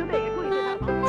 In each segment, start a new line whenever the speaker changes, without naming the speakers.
球队也注意对他防守。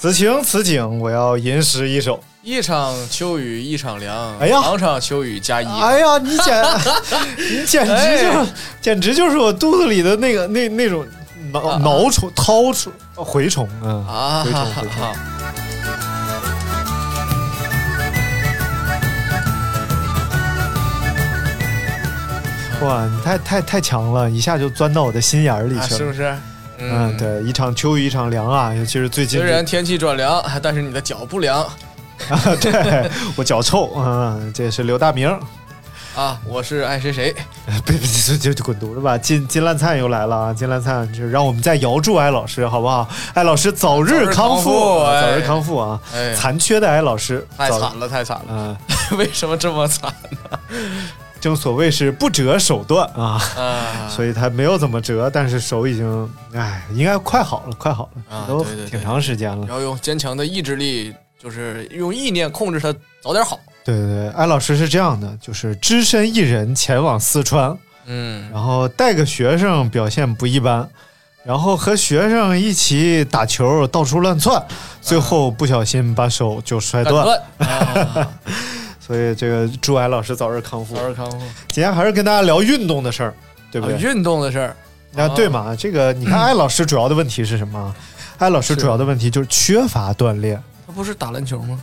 此情此景，我要吟诗一首。
一场秋雨一场凉，
哎呀
两场秋雨加一。
哎呀，你简 你简直就、简直就是我肚子里的那个那那种挠挠虫、掏虫、蛔虫啊！
啊
回头
哈
回头
哈！
哇，你太太太强了，一下就钻到我的心眼儿里
啊
去
是
了。
不是？
嗯，。对，一场秋雨一场凉啊，尤其是最近
虽
这
然天气转凉，但是你的脚不凉
啊， 对我脚臭啊，这也是刘大明。
啊！我是爱谁谁。
别别别，就就滚犊子吧！金金烂灿又来了啊！金烂灿，就让我们再遥祝艾老师好不好？艾老师早日康
早日康复
啊
哎
早日康复啊！
哎，
残缺的艾老师，
太
早
惨了，太惨了！
啊！
为什么这么惨
正所谓是不折手段啊，
啊？
所以他没有怎么折，但是手已经，哎，应该快好了，快好了，
啊
都
对对对
挺长时间了。
要用坚强的意志力，就是用意念控制它早点好。
对对对，艾老师是这样的，就是只身一人前往四川，
嗯，
然后带个学生表现不一般，然后和学生一起打球到处乱窜，最后不小心把手就摔
敢
断。
断啊！
所以这个祝艾老师早日康复。
早日康复。
今天还是跟大家聊运动的事儿， 对不
啊
对？
运动的事儿，
那、
啊
对嘛？这个你看，艾老师主要的问题是什么？艾老师主要的问题就是缺乏锻炼，
他不是打篮球吗？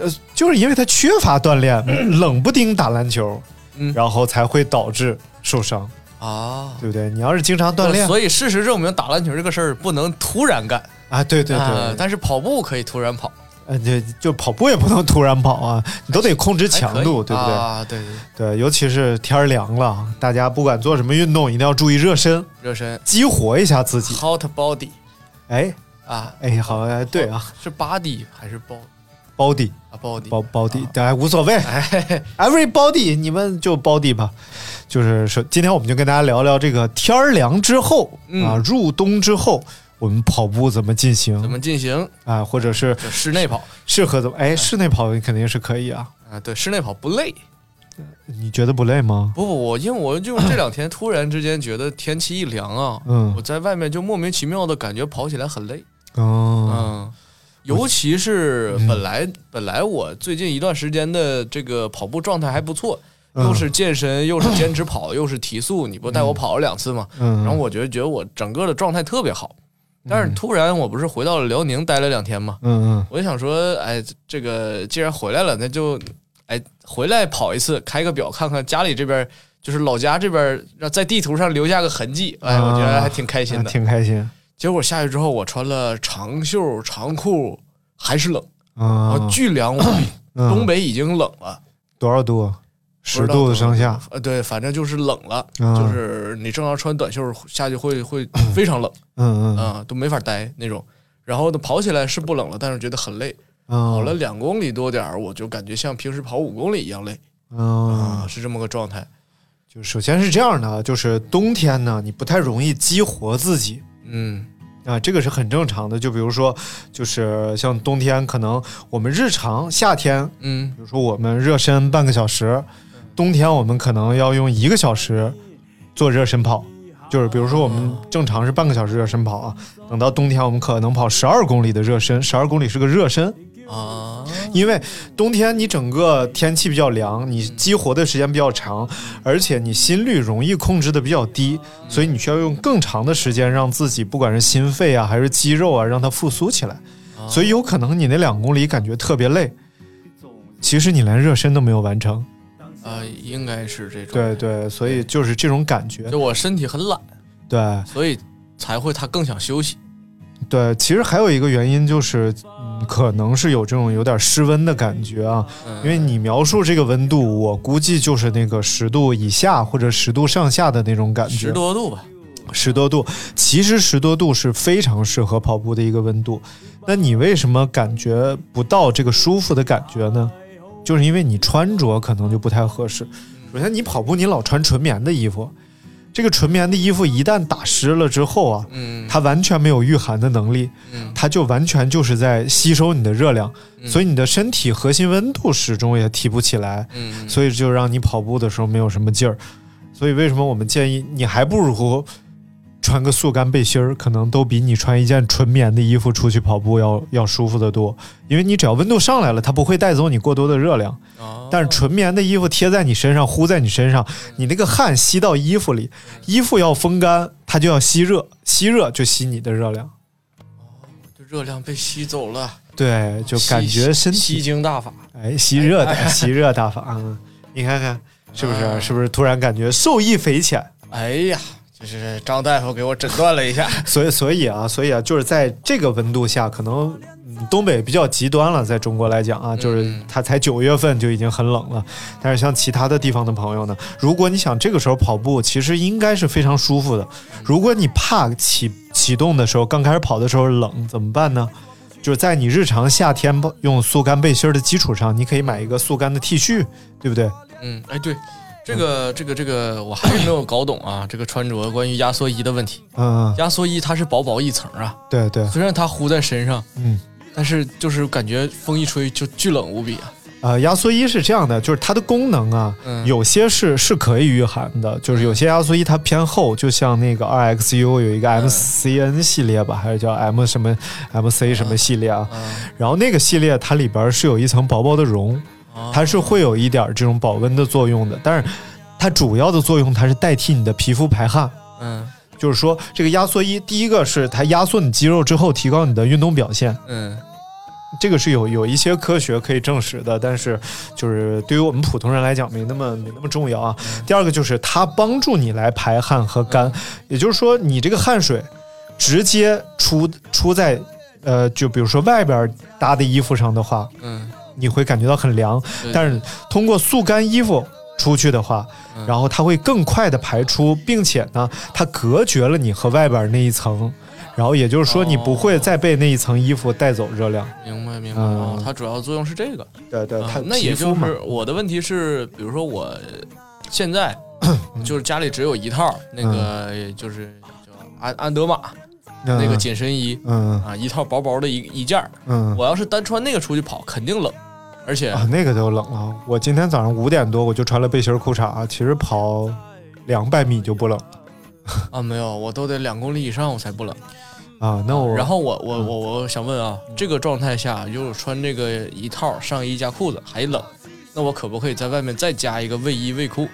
呃，就是因为他缺乏锻炼，冷不丁打篮球，
嗯
然后才会导致受伤，
啊，
对不对？你要是经常锻炼
所以事实证明，打篮球这个事儿不能突然干，
啊，对对对，
啊但是跑步可以突然跑，
呃，就就跑步也不能突然跑啊，你都得控制强度，对不
还可以
对？
啊，对对，对
对，尤其是天儿凉了，大家不管做什么运动，一定要注意热身，
热身
激活一下自己。
，hot body
哎
啊，
哎，好像对啊
是 body 还是 body
，body
啊哎 body
包包底，哎，无所谓，everybody，你们就包底吧。就是说，今天我们就跟大家聊聊这个天儿凉之后、
嗯
啊，入冬之后，我们跑步怎么进行？
怎么进行？
啊，或者是
就室内跑
适合怎么？哎，室内跑肯定是可以啊。
啊，对，室内跑不累。
你觉得不累吗？
不不，我因为我就这两天突然之间觉得天气一凉啊，
嗯
我在外面就莫名其妙的感觉跑起来很累，
哦，
嗯，尤其是本来、本来我最近一段时间的这个跑步状态还不错，
嗯
又是健身，又是坚持跑，又是提速，你不带我跑了两次吗？
嗯，
然后我觉得觉得我整个的状态特别好，但是突然我不是回到了辽宁待了两天吗？
嗯
我就想说，哎，这个既然回来了，那就哎回来跑一次，开个表看看家里这边，就是老家这边，让在地图上留下个痕迹。哎，我觉得还挺开心
嗯，
的。
挺开心
结果下去之后，我穿了长袖长裤，还是冷，
啊
啊，巨 凉无比。
嗯
东北已经冷了，
多少度？啊
不
十
知道
度上下。。
呃，对，反正就是冷了，
嗯
就是你正常穿短袖下去 会会非常冷
嗯嗯
啊，都没法待那种。然后呢，跑起来是不冷了，但是觉得很累。
嗯，
跑了两公里多点儿，我就感觉像平时跑五公里一样累啊、
嗯，
是这么个状态。
就首先是这样的，啊就是冬天呢，你不太容易激活自己。
嗯
啊，这个是很正常的。就比如说，就是像冬天，可能我们日常夏天，
嗯
比如说我们热身半个小时，冬天我们可能要用一个小时做热身跑。就是比如说我们正常是半个小时热身跑啊，等到冬天我们可能跑十二公里的热身，十二公里是个热身，
啊，
因为冬天你整个天气比较凉，你激活的时间比较长，而且你心率容易控制的比较低，所以你需要用更长的时间让自己不管是心肺啊还是肌肉啊让它复苏起来，所以有可能你那两公里感觉特别累，其实你连热身都没有完成。
啊、应该是这种。
对对，所以就是这种感觉。
就我身体很懒，
对，
所以才会他更想休息。
对，其实还有一个原因就是，嗯可能是有这种有点失温的感觉啊，
嗯
因为你描述这个温度，我估计就是那个十度以下或者十度上下的那种感觉，
十多度吧，
十多度，其实十多度是非常适合跑步的一个温度。那你为什么感觉不到这个舒服的感觉呢？就是因为你穿着可能就不太合适。首先，你跑步你老穿纯棉的衣服，这个纯棉的衣服一旦打湿了之后啊，
嗯，
它完全没有御寒的能力，
嗯
它就完全就是在吸收你的热量，
嗯
所以你的身体核心温度始终也提不起来。
嗯，
所以就让你跑步的时候没有什么劲儿。所以为什么我们建议你还不如穿个速干背心儿，可能都比你穿一件纯棉的衣服出去跑步要要舒服得多，因为你只要温度上来了，它不会带走你过多的热量。
哦嗯
但是纯棉的衣服贴在你身上，呼在你身上，你那个汗吸到衣服里，衣服要风干，它就要吸热，吸热就吸你的热量。
就热量被吸走了，
对，就感觉身体
吸精大法。
哎，吸热的，吸热大法啊！你看看是不是？
啊
是不是突然感觉受益匪浅？
哎呀，这是张大夫给我诊断了一下，
所以，所以啊，所以啊，就是在这个温度下，可能、嗯东北比较极端了，在中国来讲啊，就是
嗯
它才九月份就已经很冷了。但是像其他的地方的朋友呢，如果你想这个时候跑步，其实应该是非常舒服的。如果你怕启启动的时候，刚开始跑的时候冷怎么办呢？就是在你日常夏天不用速干背心儿的基础上，你可以买一个速干的 T 恤，对不对？
嗯，哎，对，这个这个这个，我还是没有搞懂啊，这个穿着关于压缩衣的问题。
嗯，
压缩衣它是薄薄一层啊，
对对，
虽然它糊在身上，
嗯，
但是就是感觉风一吹就巨冷无比啊。
呃，压缩衣是这样的，就是它的功能啊，
嗯
有些是是可以御寒的，就是有些压缩衣它偏厚，就像那个 RXU 有一
嗯
个 MCN 系列吧，还是叫 M 什么 MC 什么系列啊，
嗯，
然后那个系列它里边是有一层薄薄的绒，
啊
它是会有一点这种保温的作用的，但是它主要的作用它是代替你的皮肤排汗。
嗯
就是说，这个压缩衣，第一个是它压缩你肌肉之后，提高你的运动表现，
嗯
这个是有有一些科学可以证实的，但是就是对于我们普通人来讲没那么没那么重要啊。
嗯
第二个就是它帮助你来排汗和干，也就是说你这个汗水直接出出在呃，就比如说外边搭的衣服上的话，
嗯，
你会感觉到很凉，
对
但是通过速干衣服。出去的话，
嗯
然后它会更快的排出，并且呢，它隔绝了你和外边那一层，然后也就是说，你不会再被那一层衣服带走热量。
明白明白
嗯
哦，它主要作用是这个。
对对，
啊
它
那
皮
也
肤
就
嘛
是我的问题是，比如说我现在
嗯
就是家里只有一套那个就是叫安安德玛那个紧身衣
嗯
啊，一套薄薄的一一件儿
嗯
我要是单穿那个出去跑，肯定冷，而且
啊，那个就冷了。我今天早上五点多我就穿了背心儿裤衩，其实跑两百米就不冷
啊没有，我都得两公里以上我才不冷。
啊。那我嗯
然后我我我我想问啊，这个状态下，如果穿这个一套上衣加裤子还冷，那我可不可以在外面再加一个卫衣卫裤？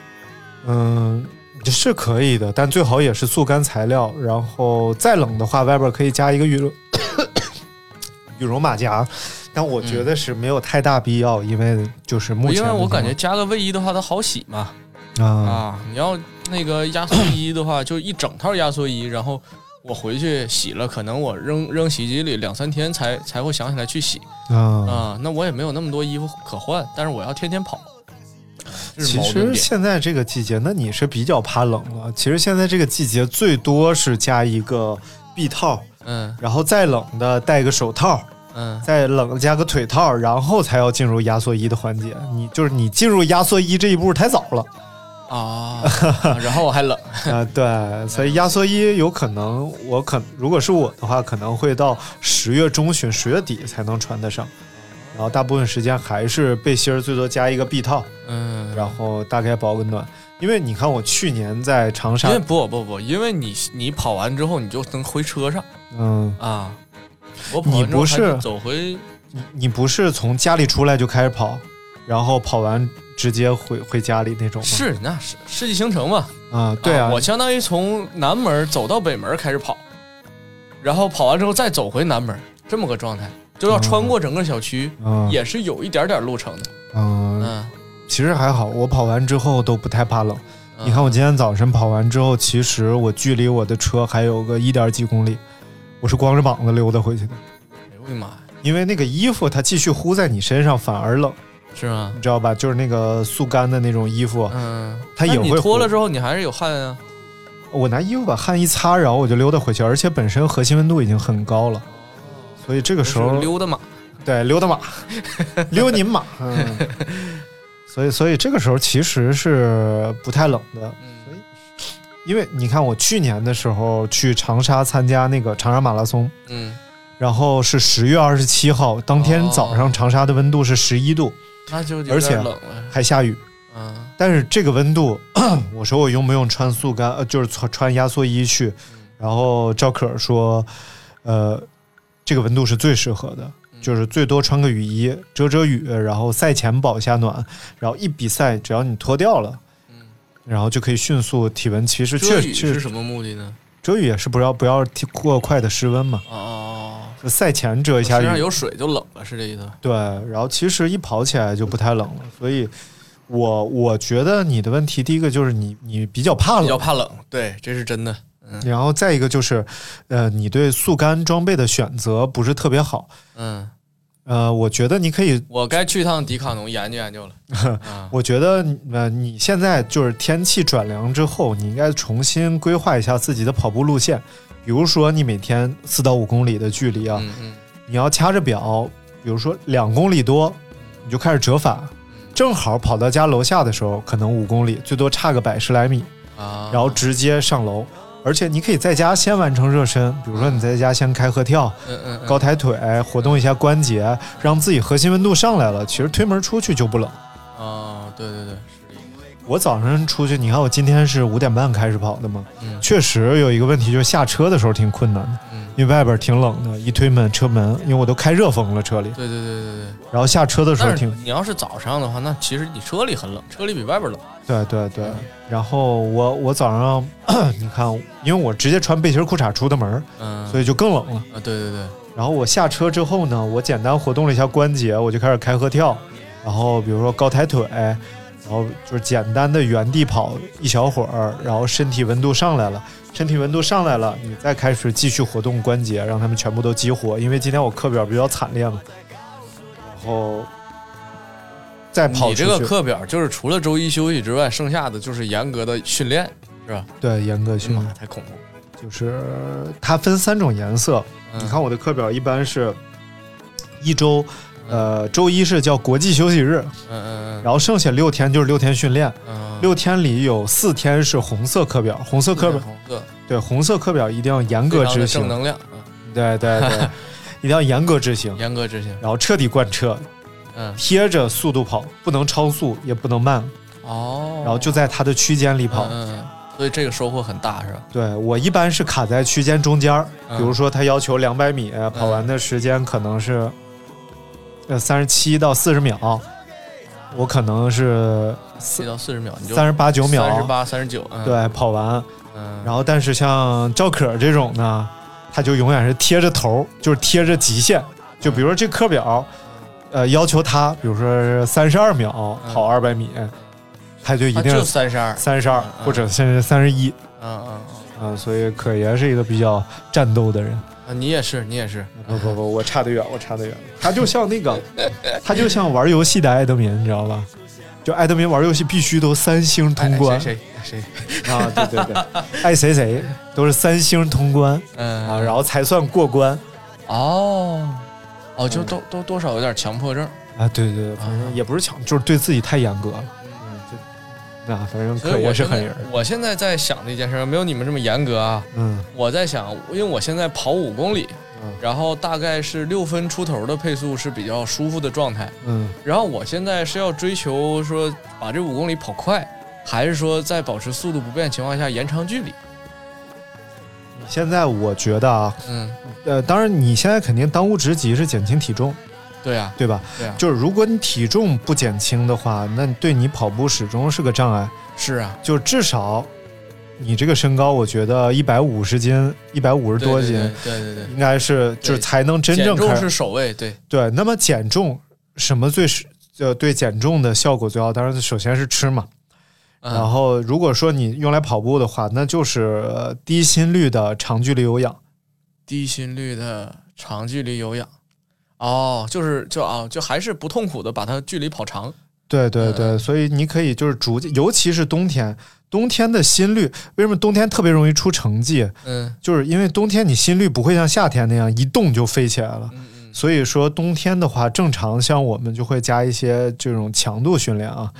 嗯。是可以的，但最好也是速干材料。然后再冷的话，外边可以加一个羽绒 羽绒马甲，但我觉得是没有太大必要，因为就是目前
嗯因为
的
我
情
感觉加个卫衣的话，它好洗嘛。
况啊，
啊，你要那个压缩衣的话，就一整套压缩衣，然后我回去洗了，可能我扔扔洗衣机里两三天才才会想起来去洗
啊
啊。那我也没有那么多衣服可换，但是我要天天跑，这是
其
矛盾
实
点。
现在这个季节，那你是比较怕冷了。其实现在这个季节最多是加一个臂套，
嗯
然后再冷的戴个手套，
嗯
再冷加个腿套，然后才要进入压缩衣的环节。你就是你进入压缩衣这一步太早了
啊，然后我还冷，
啊、对，所以压缩衣有可能我可如果是我的话，可能会到十月中旬、十月底才能穿得上。然后大部分时间还是背心儿，最多加一个臂套，
嗯，
然后大概保个暖。因为你看，我去年在长沙
因为，不不不，因为你你跑完之后你就能回车上
嗯，
啊，我跑完之
你不
后还
是
得走回
你你不是从家里出来就开始跑，然后跑完直接回回家里那种吗？
是那是世纪星城嘛，
啊，对啊，
我相当于从南门走到北门开始跑，然后跑完之后再走回南门，这么个状态，就要穿过整个小区，
嗯
也是有一点点路程的。
嗯，
嗯，
其实还好，我跑完之后都不太怕冷，
嗯
你看我今天早晨跑完之后，其实我距离我的车还有个一点几公里，我是光着膀子溜达回去的，
哎呦我的妈呀，
因为那个衣服它继续呼在你身上，反而冷，
是吗
你？知道吧？就是那个速干的那种衣服，
嗯，
它也
那你
会
脱
糊
了之后，你还是有汗啊。
我拿衣服把汗一擦，然后我就溜达回去，而且本身核心温度已经很高了，所以这个时
就
候
是溜达嘛，
对溜 达马，溜您马，嗯，所以所以这个时候其实是不太冷的，
嗯
所以因为你看我去年的时候去长沙参加那个长沙马拉松，
嗯，
然后是十月二十七号，当天早上长沙的温度是十一度，
那就有
而且
点冷了，
还下雨，
嗯，
但是这个温度， 我说我用不用穿速干，呃，就是穿穿压缩衣去？
嗯
然后赵可说，呃，这个温度是最适合的，
嗯
就是最多穿个雨衣遮遮雨，然后赛前保一下暖，然后一比赛只要你脱掉了，然后就可以迅速体温，其实确
嗯遮雨是
实
什么目的呢？
遮雨也是不要不要提过快的湿温嘛，
哦，
就赛前遮一下
身上
雨，
有水就冷了，是这意思吧？
对，然后其实一跑起来就不太冷了，所以。我我觉得你的问题，第一个就是你你比较怕
比较
冷，
怕冷，对，这是真的。
然后再一个就是，呃，你对速干装备的选择不是特别好。
嗯，
呃，我觉得你可以，
我该去趟迪卡侬研究研究了。啊，
我觉得呃，你现在就是天气转凉之后，你应该重新规划一下自己的跑步路线。比如说，你每天四到五公里的距离啊，
嗯嗯，
你要掐着表，比如说两公里多，你就开始折返，正好跑到家楼下的时候，可能五公里，最多差个百十来米，
啊，
然后直接上楼。而且你可以在家先完成热身，比如说你在家先开合跳，
嗯嗯嗯
高抬腿，活动一下关节，让自己核心温度上来了，其实推门出去就不冷。
啊，对对对，是这意思。
我早上出去，你看我今天是五点半开始跑的嘛，
嗯
确实有一个问题，就是下车的时候挺困难的，
嗯
因为外边挺冷的，一推门车门，因为我都开热风了车里，
对对对对对，
然后下车的时候
但是
挺，
你要是早上的话，那其实你车里很冷，车里比外边冷。
对对对，然后我我早上 你看，因为我直接穿背心裤衩出的门，
嗯，
所以就更冷了。
啊，对对对，
然后我下车之后呢，我简单活动了一下关节，我就开始开合跳，然后比如说高抬腿，然后就是简单的原地跑一小会儿，然后身体温度上来了，身体温度上来了，你再开始继续活动关节，让他们全部都激活，因为今天我课表比较惨烈嘛，然后再跑
你
出去
这个课表就是除了周一休息之外，剩下的就是严格的训练，是吧？
对严格训
妈
练
呀，，太恐怖了。
就是它分三种颜色，
嗯
你看我的课表一般是一周。呃，周一是叫国际休息日，
嗯嗯
然后剩下六天就是六天训练，
嗯，
六天里有四天是红色课表，红色课表
红色，
对红色课表一定要严
非
格
常的
执
正
行，
能量，嗯
对对 对，一定要严格执行，
严格执行。
然后彻底贯彻，
嗯，
贴着速度跑，不能超速也不能慢，
哦，
然后就在它的区间里跑。
嗯，嗯嗯所以这个收获很大，是吧？
对我一般是卡在区间中间儿，
嗯
比如说他要求两百米跑完的时间可能是呃三十七到四十秒，我可能是
七到四十秒，你就
三十八九秒，
三十八、三十九，嗯，
对跑完。
嗯，
然后，但是像赵可这种呢，他就永远是贴着头，就是贴着极限。就比如说这课表，呃，要求他，比如说三十二秒跑二百米，他就一
他
定
啊就是三十二，
三十二
嗯
或者甚至三十一
嗯嗯嗯
啊。所以可爷是一个比较战斗的人。
啊，你也是，你也是，
不不不，我差得远，我差得远。他就像那个，他就像玩游戏的艾德民，你知道吧？就艾德民玩游戏必须都三星
哎
通关、
谁谁谁，
啊！对对对，爱谁谁都是三星通关。
嗯
啊，然后才算过关
哦哦，
嗯
就都都多少有点强迫症，
啊。对对对，反
啊
正也不是强，就是对自己太严格了。嗯，就那反正
所
可
以我
也是
现在
狠人。
我现在在想的一件事儿，没有你们这么严格啊。
嗯
我在想，因为我现在跑五公里
嗯，
然后大概是六分出头的配速是比较舒服的状态。
嗯，
然后我现在是要追求说把这五公里跑快，还是说在保持速度不变情况下延长距离？
现在我觉得啊，
嗯，
呃，当然你现在肯定当务之急是减轻体重，
对啊，
对吧？
对啊，
就是如果你体重不减轻的话，那对你跑步始终是个障碍。
是啊，
就至少你这个身高，我觉得一百五十斤、一百五十
对
多
对
斤，
对对对
应该是就是
对
才能真
对，减
正
重
开
是首位，对，
对，那么减重什么最是呃对减重的效果最好？当然，首先是吃嘛。
嗯
然后如果说你用来跑步的话，那就是呃低心率的长距离有氧。
低心率的长距离有氧。哦，就是就啊，就还是不痛苦的把它距离跑长。
对对
嗯
对，所以你可以就是逐渐，尤其是冬天，冬天的心率为什么冬天特别容易出成绩？
嗯
就是因为冬天你心率不会像夏天那样一动就飞起来了。
嗯
所以说冬天的话，正常像我们就会加一些这种强度训练啊。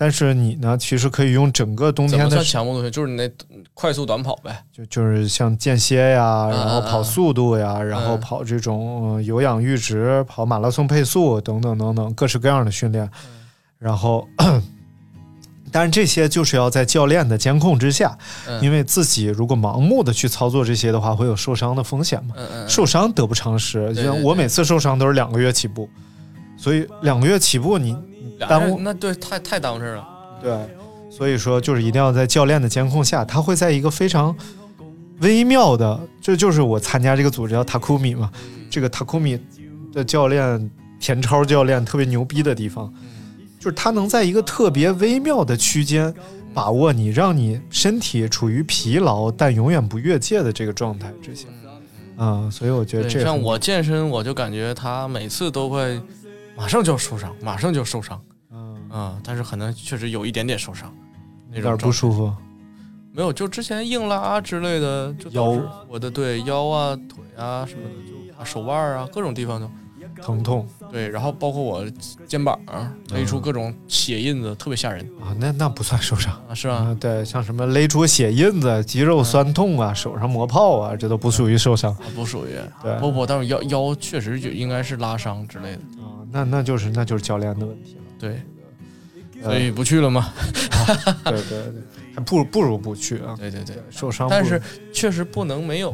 但是你呢，其实可以用整个冬
嗯怎
天
么
的
算，强迫动学？就是你那快速短跑呗。
就就是像间歇呀，
嗯
然后跑速度呀，然后跑这种呃有氧阈值、跑马拉松配速等等等等各式各样的训练。
嗯
然后，但是这些就是要在教练的监控之下，
嗯
因为自己如果盲目的去操作这些的话，会有受伤的风险嘛。
嗯嗯，
受伤得不偿失，
对
就像
对
我
对
每次受伤都是两个月起步，所以两个月起步你你
俩
耽
人
误
哎那对太太耽误事儿了。
对，所以说就是一定要在教练的监控下，他会在一个非常微妙的，这就是我参加这个组织叫 Takumi 嘛，这个 Takumi 的教练田超教练特别牛逼的地方，就是他能在一个特别微妙的区间。把握你，让你身体处于疲劳但永远不越界的这个状态之下，啊、所以我觉得
嗯对，
这
像
很
我健身，我就感觉他每次都会马上就受伤，马上就受伤。
嗯，
嗯，但是可能确实有一点点受伤，那
有点
种
不
状态
舒服。
没有，就之前硬拉之类的，就导致我的对腰啊、腿啊什么的，就啊手腕啊各种地方就
疼痛
对，然后包括我肩膀啊勒
嗯
出各种血印子，特别吓人
啊，那那不算受伤
啊，是
啊
吧？。嗯
对，像什么勒出血印子、肌肉酸痛啊、手上磨泡啊，这都不属于受伤。
啊不属于，
对
不不，但是腰腰确实就应该是拉伤之类的，
啊，那那就是那就是教练的问题了。
对，
呃
所以不去了嘛。
对对对，还不如不如不去啊。
对对对，
受伤不如，
但是确实不能没有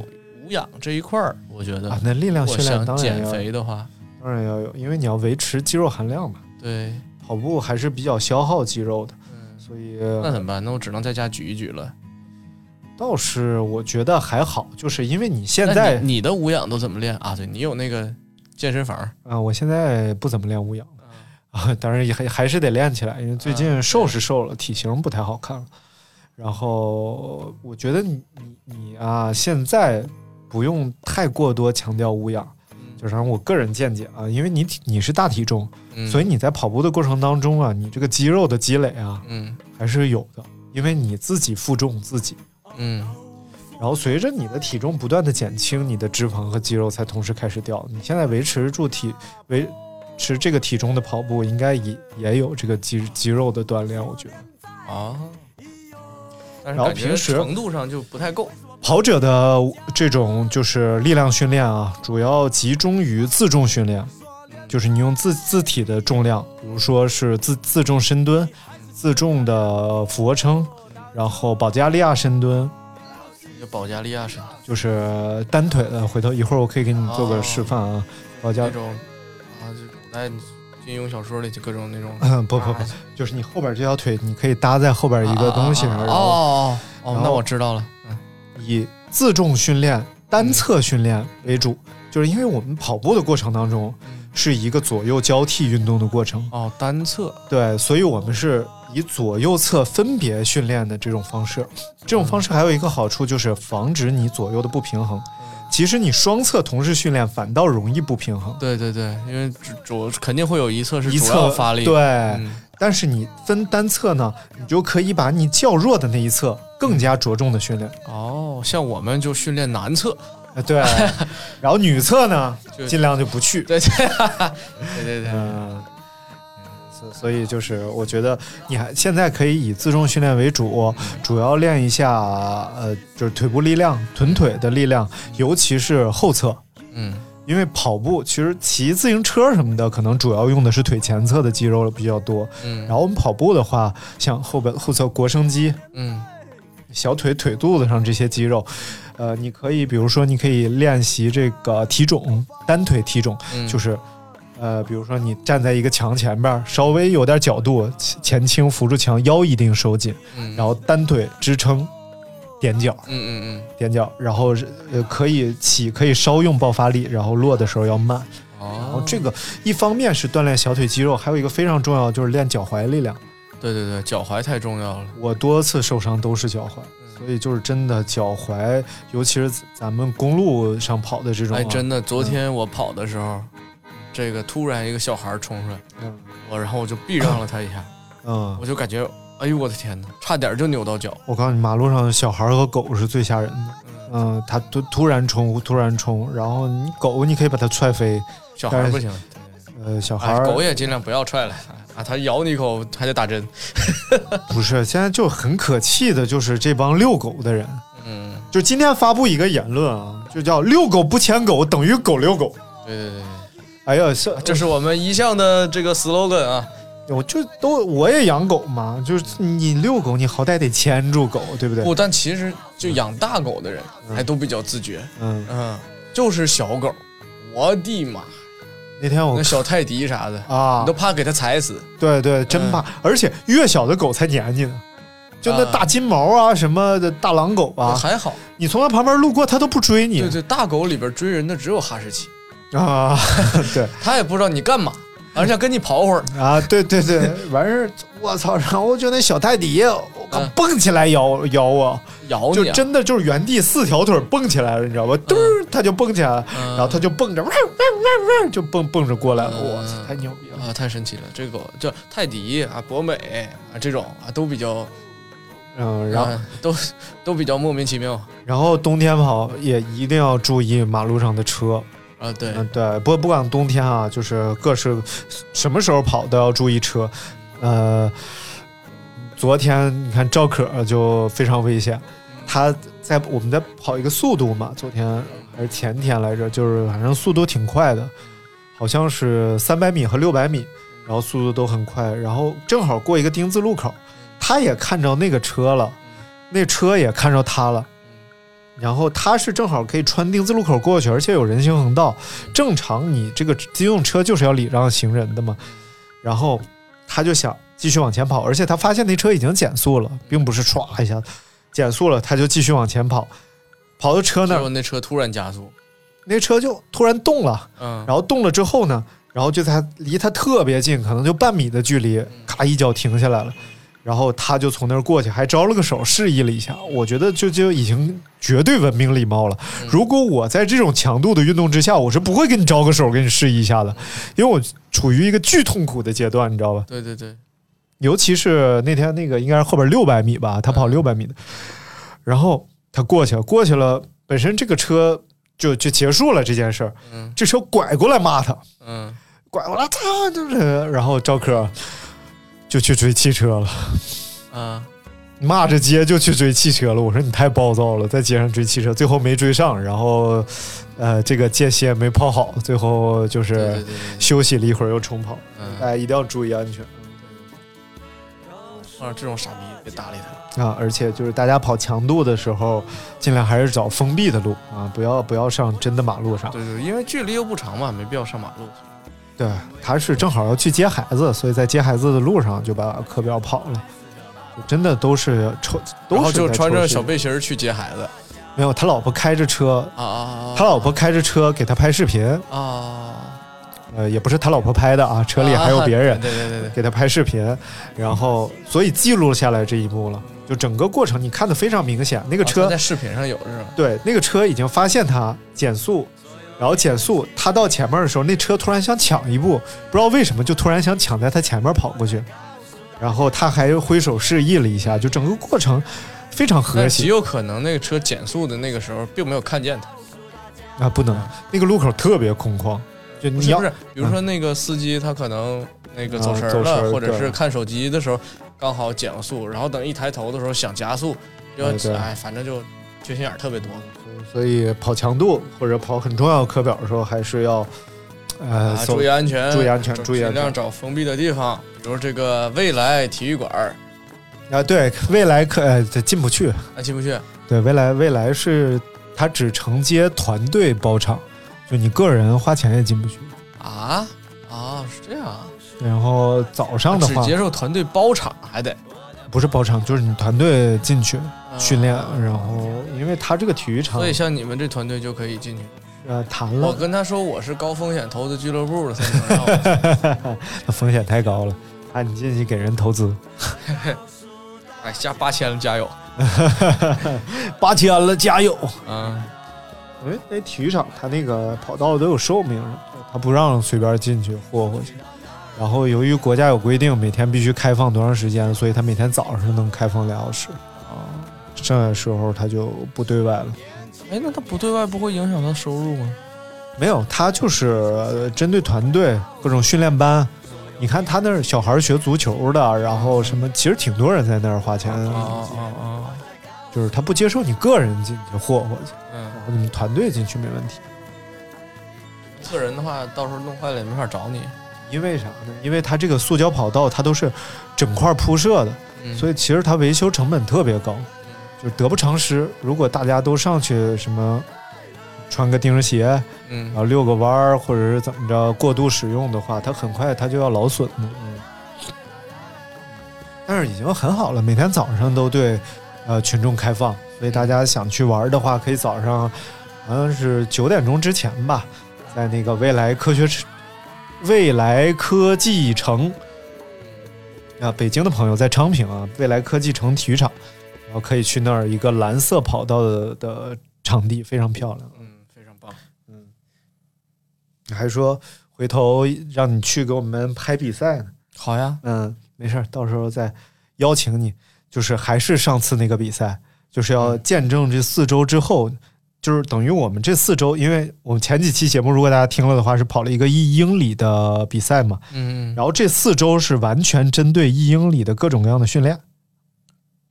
无氧这一块儿，我觉得
啊，，那力量
我
训练
想
当然
减
要
肥的话，
当然要有，因为你要维持肌肉含量嘛。
对，
跑步还是比较消耗肌肉的，所以
那怎么办？那我只能在家举一举了。
倒是我觉得还好，就是因为你现
那
在
你你的无氧都怎么练啊？对你有那个健身房，
啊，我现在不怎么练无氧了啊，当然也还还是得练起来，因为最近瘦是瘦了，体型不太好看了。然后我觉得你你你啊，现在不用太过多强调无氧，就是按我个人见解啊，因为你体你是大体重，
嗯、
所以你在跑步的过程当中啊，你这个肌肉的积累啊
嗯
还是有的，因为你自己负重自己。
嗯
然后随着你的体重不断的减轻，你的脂肪和肌肉才同时开始掉。你现在维持住体维持这个体重的跑步，应该也也有这个肌肌肉的锻炼。我觉得
啊，但
然
是
后
感觉
平时
程度上就不太够。
跑者的这种就是力量训练啊，主要集中于自重训练，就是你用自自体的重量，比如说是自自重深蹲、自重的俯卧撑，然后保加利亚深蹲，
就保加利亚式
就是单腿的。回头一会儿我可以给你做个
哦
示范啊，保加
那种啊，就古代金庸小说里就各种那种
嗯， 不不不，就是你后边这条腿，你可以搭在后边一个东西
啊
上，
啊啊
然
啊
后
哦哦哦
然，后
那我知道了。嗯
以自重训练、单侧训练为主，
嗯
就是因为我们跑步的过程当中是一个左右交替运动的过程，
哦，单侧
对，所以我们是以左右侧分别训练的这种方式。这种方式还有一个好处就是防止你左右的不平衡。
嗯
其实你双侧同时训练反倒容易不平衡，
对对对，因为主主肯定会有一侧是
一
主要
侧
发力，
对，
嗯
但是你分单侧呢，你就可以把你较弱的那一侧更加着重的训 练。
哦，像我们就训练男 侧，
呃对，然后女侧呢，
就
尽量就不去。
对对对对对，
嗯，所所以就是我觉得你还现在可以以自重训练为主，主要练一下呃，就是腿部力量、臀腿的力量，尤其是后侧。
嗯
因为跑步其实骑自行车什么的，可能主要用的是腿前侧的肌肉比较多。
嗯
然后我们跑步的话，像后边后侧腘绳肌，
嗯
小腿、腿肚子上这些肌肉，呃，你可以比如说，你可以练习这个提踵，单腿提踵，
嗯，
就是，呃，比如说你站在一个墙前边儿，稍微有点角度，前前倾扶住墙，腰一定收紧，
嗯
然后单腿支撑，踮脚，
嗯嗯
踮脚，然后呃可以起，可以稍用爆发力，然后落的时候要慢。
嗯，
然后
哦，
这个一方面是锻炼小腿肌肉，还有一个非常重要就是练脚踝力量。
对对对，脚踝太重要了。
我多次受伤都是脚踝，所以就是真的脚踝，尤其是咱们公路上跑的这种、啊，
哎，真的，昨天我跑的时候，这个突然一个小孩冲出来，
嗯
我然后我就避让了他一下，
嗯
我，就感觉，哎呦我的天哪，差点就扭到脚。
我告诉你，马路上小孩和狗是最吓人的。嗯，它突突然冲，突然冲，然后你狗你可以把它踹飞，
小孩儿不行，
呃，小孩
哎，
儿
狗也尽量不要踹了啊，它咬你一口还得打针。
不是，现在就很可气的，就是这帮遛狗的人，
嗯，
就今天发布一个言论啊，就叫“遛狗不牵狗等于狗遛狗
对对对，”。
哎呀，是，
这是我们一向的这个 slogan 啊。
我就都我也养狗嘛，就是你遛狗，你好歹得牵住狗，对不对？
不，但其实就养大狗的人还都比较自觉，
嗯，
嗯，就是小狗，我的妈，
那天我
那小泰迪啥的，
哦啊
你都，怕给它踩死。
对对，真怕，而且越小的狗才粘你呢。就那
啊
大金毛啊，什么的大狼狗啊，哎
还好，
你从它旁边路过，它都不追你
对对，大狗里边追人的只有哈士奇，
啊。 对，
它也不知道你干嘛，而且跟你跑会儿。
啊，对对对，完事儿，我操！然后就那小泰迪，我靠
嗯，
蹦起来咬咬我，
咬
就
你、啊，
真的就是原地四条腿蹦起来了，你知道吧？嘟儿，它就蹦起来了，
嗯
然后它就蹦着，汪汪汪汪就蹦蹦着过来了，我操，
嗯
太牛逼了！
啊，太神奇了！这个狗叫泰迪啊、博美啊这种啊，都比较，
嗯，然后
啊都都比较莫名其妙
然后冬天跑也一定要注意马路上的车，
啊。对，
嗯，对，不不管冬天啊，就是各式什么时候跑都要注意车，呃，昨天你看赵可就非常危险，他在我们在跑一个速度嘛，昨天还是前天来着，就是反正速度挺快的，好像是三百米和六百米，然后速度都很快，然后正好过一个丁字路口，他也看着那个车了，那车也看着他了。然后他是正好可以穿丁字路口过去，而且有人行横道。正常你这个机动车就是要礼让行人的嘛。然后他就想继续往前跑，而且他发现那车已经减速了，并不是唰一下减速了，他就继续往前跑，跑到车那
结
儿
果，那车突然加速，
那车就突然动了。
嗯，
然后动了之后呢，然后就在他离他特别近，可能就半米的距离，咔一脚停下来了，然后他就从那儿过去，还招了个手，示意了一下。我觉得就就已经绝对文明礼貌了。如果我在这种强度的运动之下，我是不会跟你招个手，跟你示意一下的，因为我处于一个巨痛苦的阶段，你知道吧？
对对对，
尤其是那天那个应该是后边六百米吧，他跑六百米的，然后他过去了，过去了，本身这个车就就结束了这件事儿，
嗯
这车拐过来骂他，
嗯，
拐过来，他啊就是，然后赵柯就去追汽车了，
啊，
骂着街就去追汽车了。我说你太暴躁了，在街上追汽车，最后没追上，然后呃这个间歇没跑好，最后就
对对
是
对对对，
休息了一会儿又重跑。
嗯
大，家一定要注意安全。
啊，这种傻逼别搭理他。
啊，而且就是大家跑强度的时候，尽量还是找封闭的路啊，不要不要上真的马路上。
对对，因为距离又不长嘛，没必要上马路。
对，他是正好要去接孩子，所以在接孩子的路上就把课表跑了，就真的都是抽，
然
都
后
是
就
在
穿着
抽血
小背心儿去接孩子
没有，他老婆开着车，
啊啊
他老婆开着车给他拍视频，
啊啊！
呃，也不是他老婆拍的啊，车里还有别
啊
人
对对对对，
给他拍视频，然后所以记录下来这一幕了，就整个过程你看的非常明显，那个
啊
车
他在视频上有是吧？
对，那个车已经发现他减速，然后减速，他到前面的时候，那车突然想抢一步，不知道为什么就突然想抢在他前面跑过去，然后他还挥手示意了一下，就整个过程非常和
但极
谐
有可能那个车减速的那个时候，并没有看见他。
啊，不能，那个路口特别空旷，就
不
你
是
要嗯
不是，比如说那个司机他可能那个走神
啊
儿
走神
了，
儿
或者
对
是看手机的时候刚好减了速，然后等一抬头的时候想加速，就
对对
哎，反正就缺心眼儿特别多。
所以跑强度或者跑很重要的课表的时候，还是要呃
啊，
走
注意安全，
注意安全
找
注意安
尽
全
量找封闭的地方，比如这个未来体育馆儿，
啊，对，未来可呃进不去，
啊，进不去。
对，未来未来是它只承接团队包场，就你个人花钱也进不去。
啊啊，是这样啊，
然后早上的
只
话
啊接受团队包场，还得
不是包场，就是你团队进去训练，
啊
然后因为它这个体育场
所以像你们这团队就可以进去。
呃谈
我
了，
跟他说我是高风险投资俱乐部的，他能让我
风险太高了。啊，你进去给人投资，
哎，加八千了，加油！
八千了，加油！
嗯，
因为哎那体育场它那个跑道都有寿命了，它不让随便进去霍霍去。然后由于国家有规定，每天必须开放多长时间，所以它每天早上能开放两小时啊，剩下的时候它就不对外了。
哎，那他不对外不会影响到收入吗？
没有，他就是呃针对团队各种训练班。你看他那儿小孩儿学足球的，然后什么，其实挺多人在那儿花钱，
啊啊
就是他不接受你个人进去霍霍去，
啊！
然
嗯，
后你们团队进去没问题。
个人的话，到时候弄坏了也没法找你。
因为啥呢？因为它这个塑胶跑道它都是整块铺设的，
嗯，
所
以
以其实它维修成本特别高，就是得不偿失。如果大家都上去什么穿个钉儿鞋，然
嗯，
后遛个弯儿，或者是怎么着过度使用的话，它很快它就要劳损的。但是已经很好了，每天早上都对呃群众开放，所以大家想去玩儿的话，可以早上好像是九点钟之前吧，在那个未来科学城未来科技城啊，北京的朋友在昌平啊，未来科技城体育场，然后可以去那儿一个蓝色跑道的的场地，非常漂亮。
嗯，非常棒。
还说回头让你去给我们拍比赛呢。
好呀，
嗯，没事儿，到时候再邀请你。就是还是上次那个比赛，就是要
嗯
见证这四周之后，就是等于我们这四周，因为我们前几期节目如果大家听了的话，是跑了一个一英里的比赛嘛，
嗯，
然后这四周是完全针对一英里的各种各样的训练。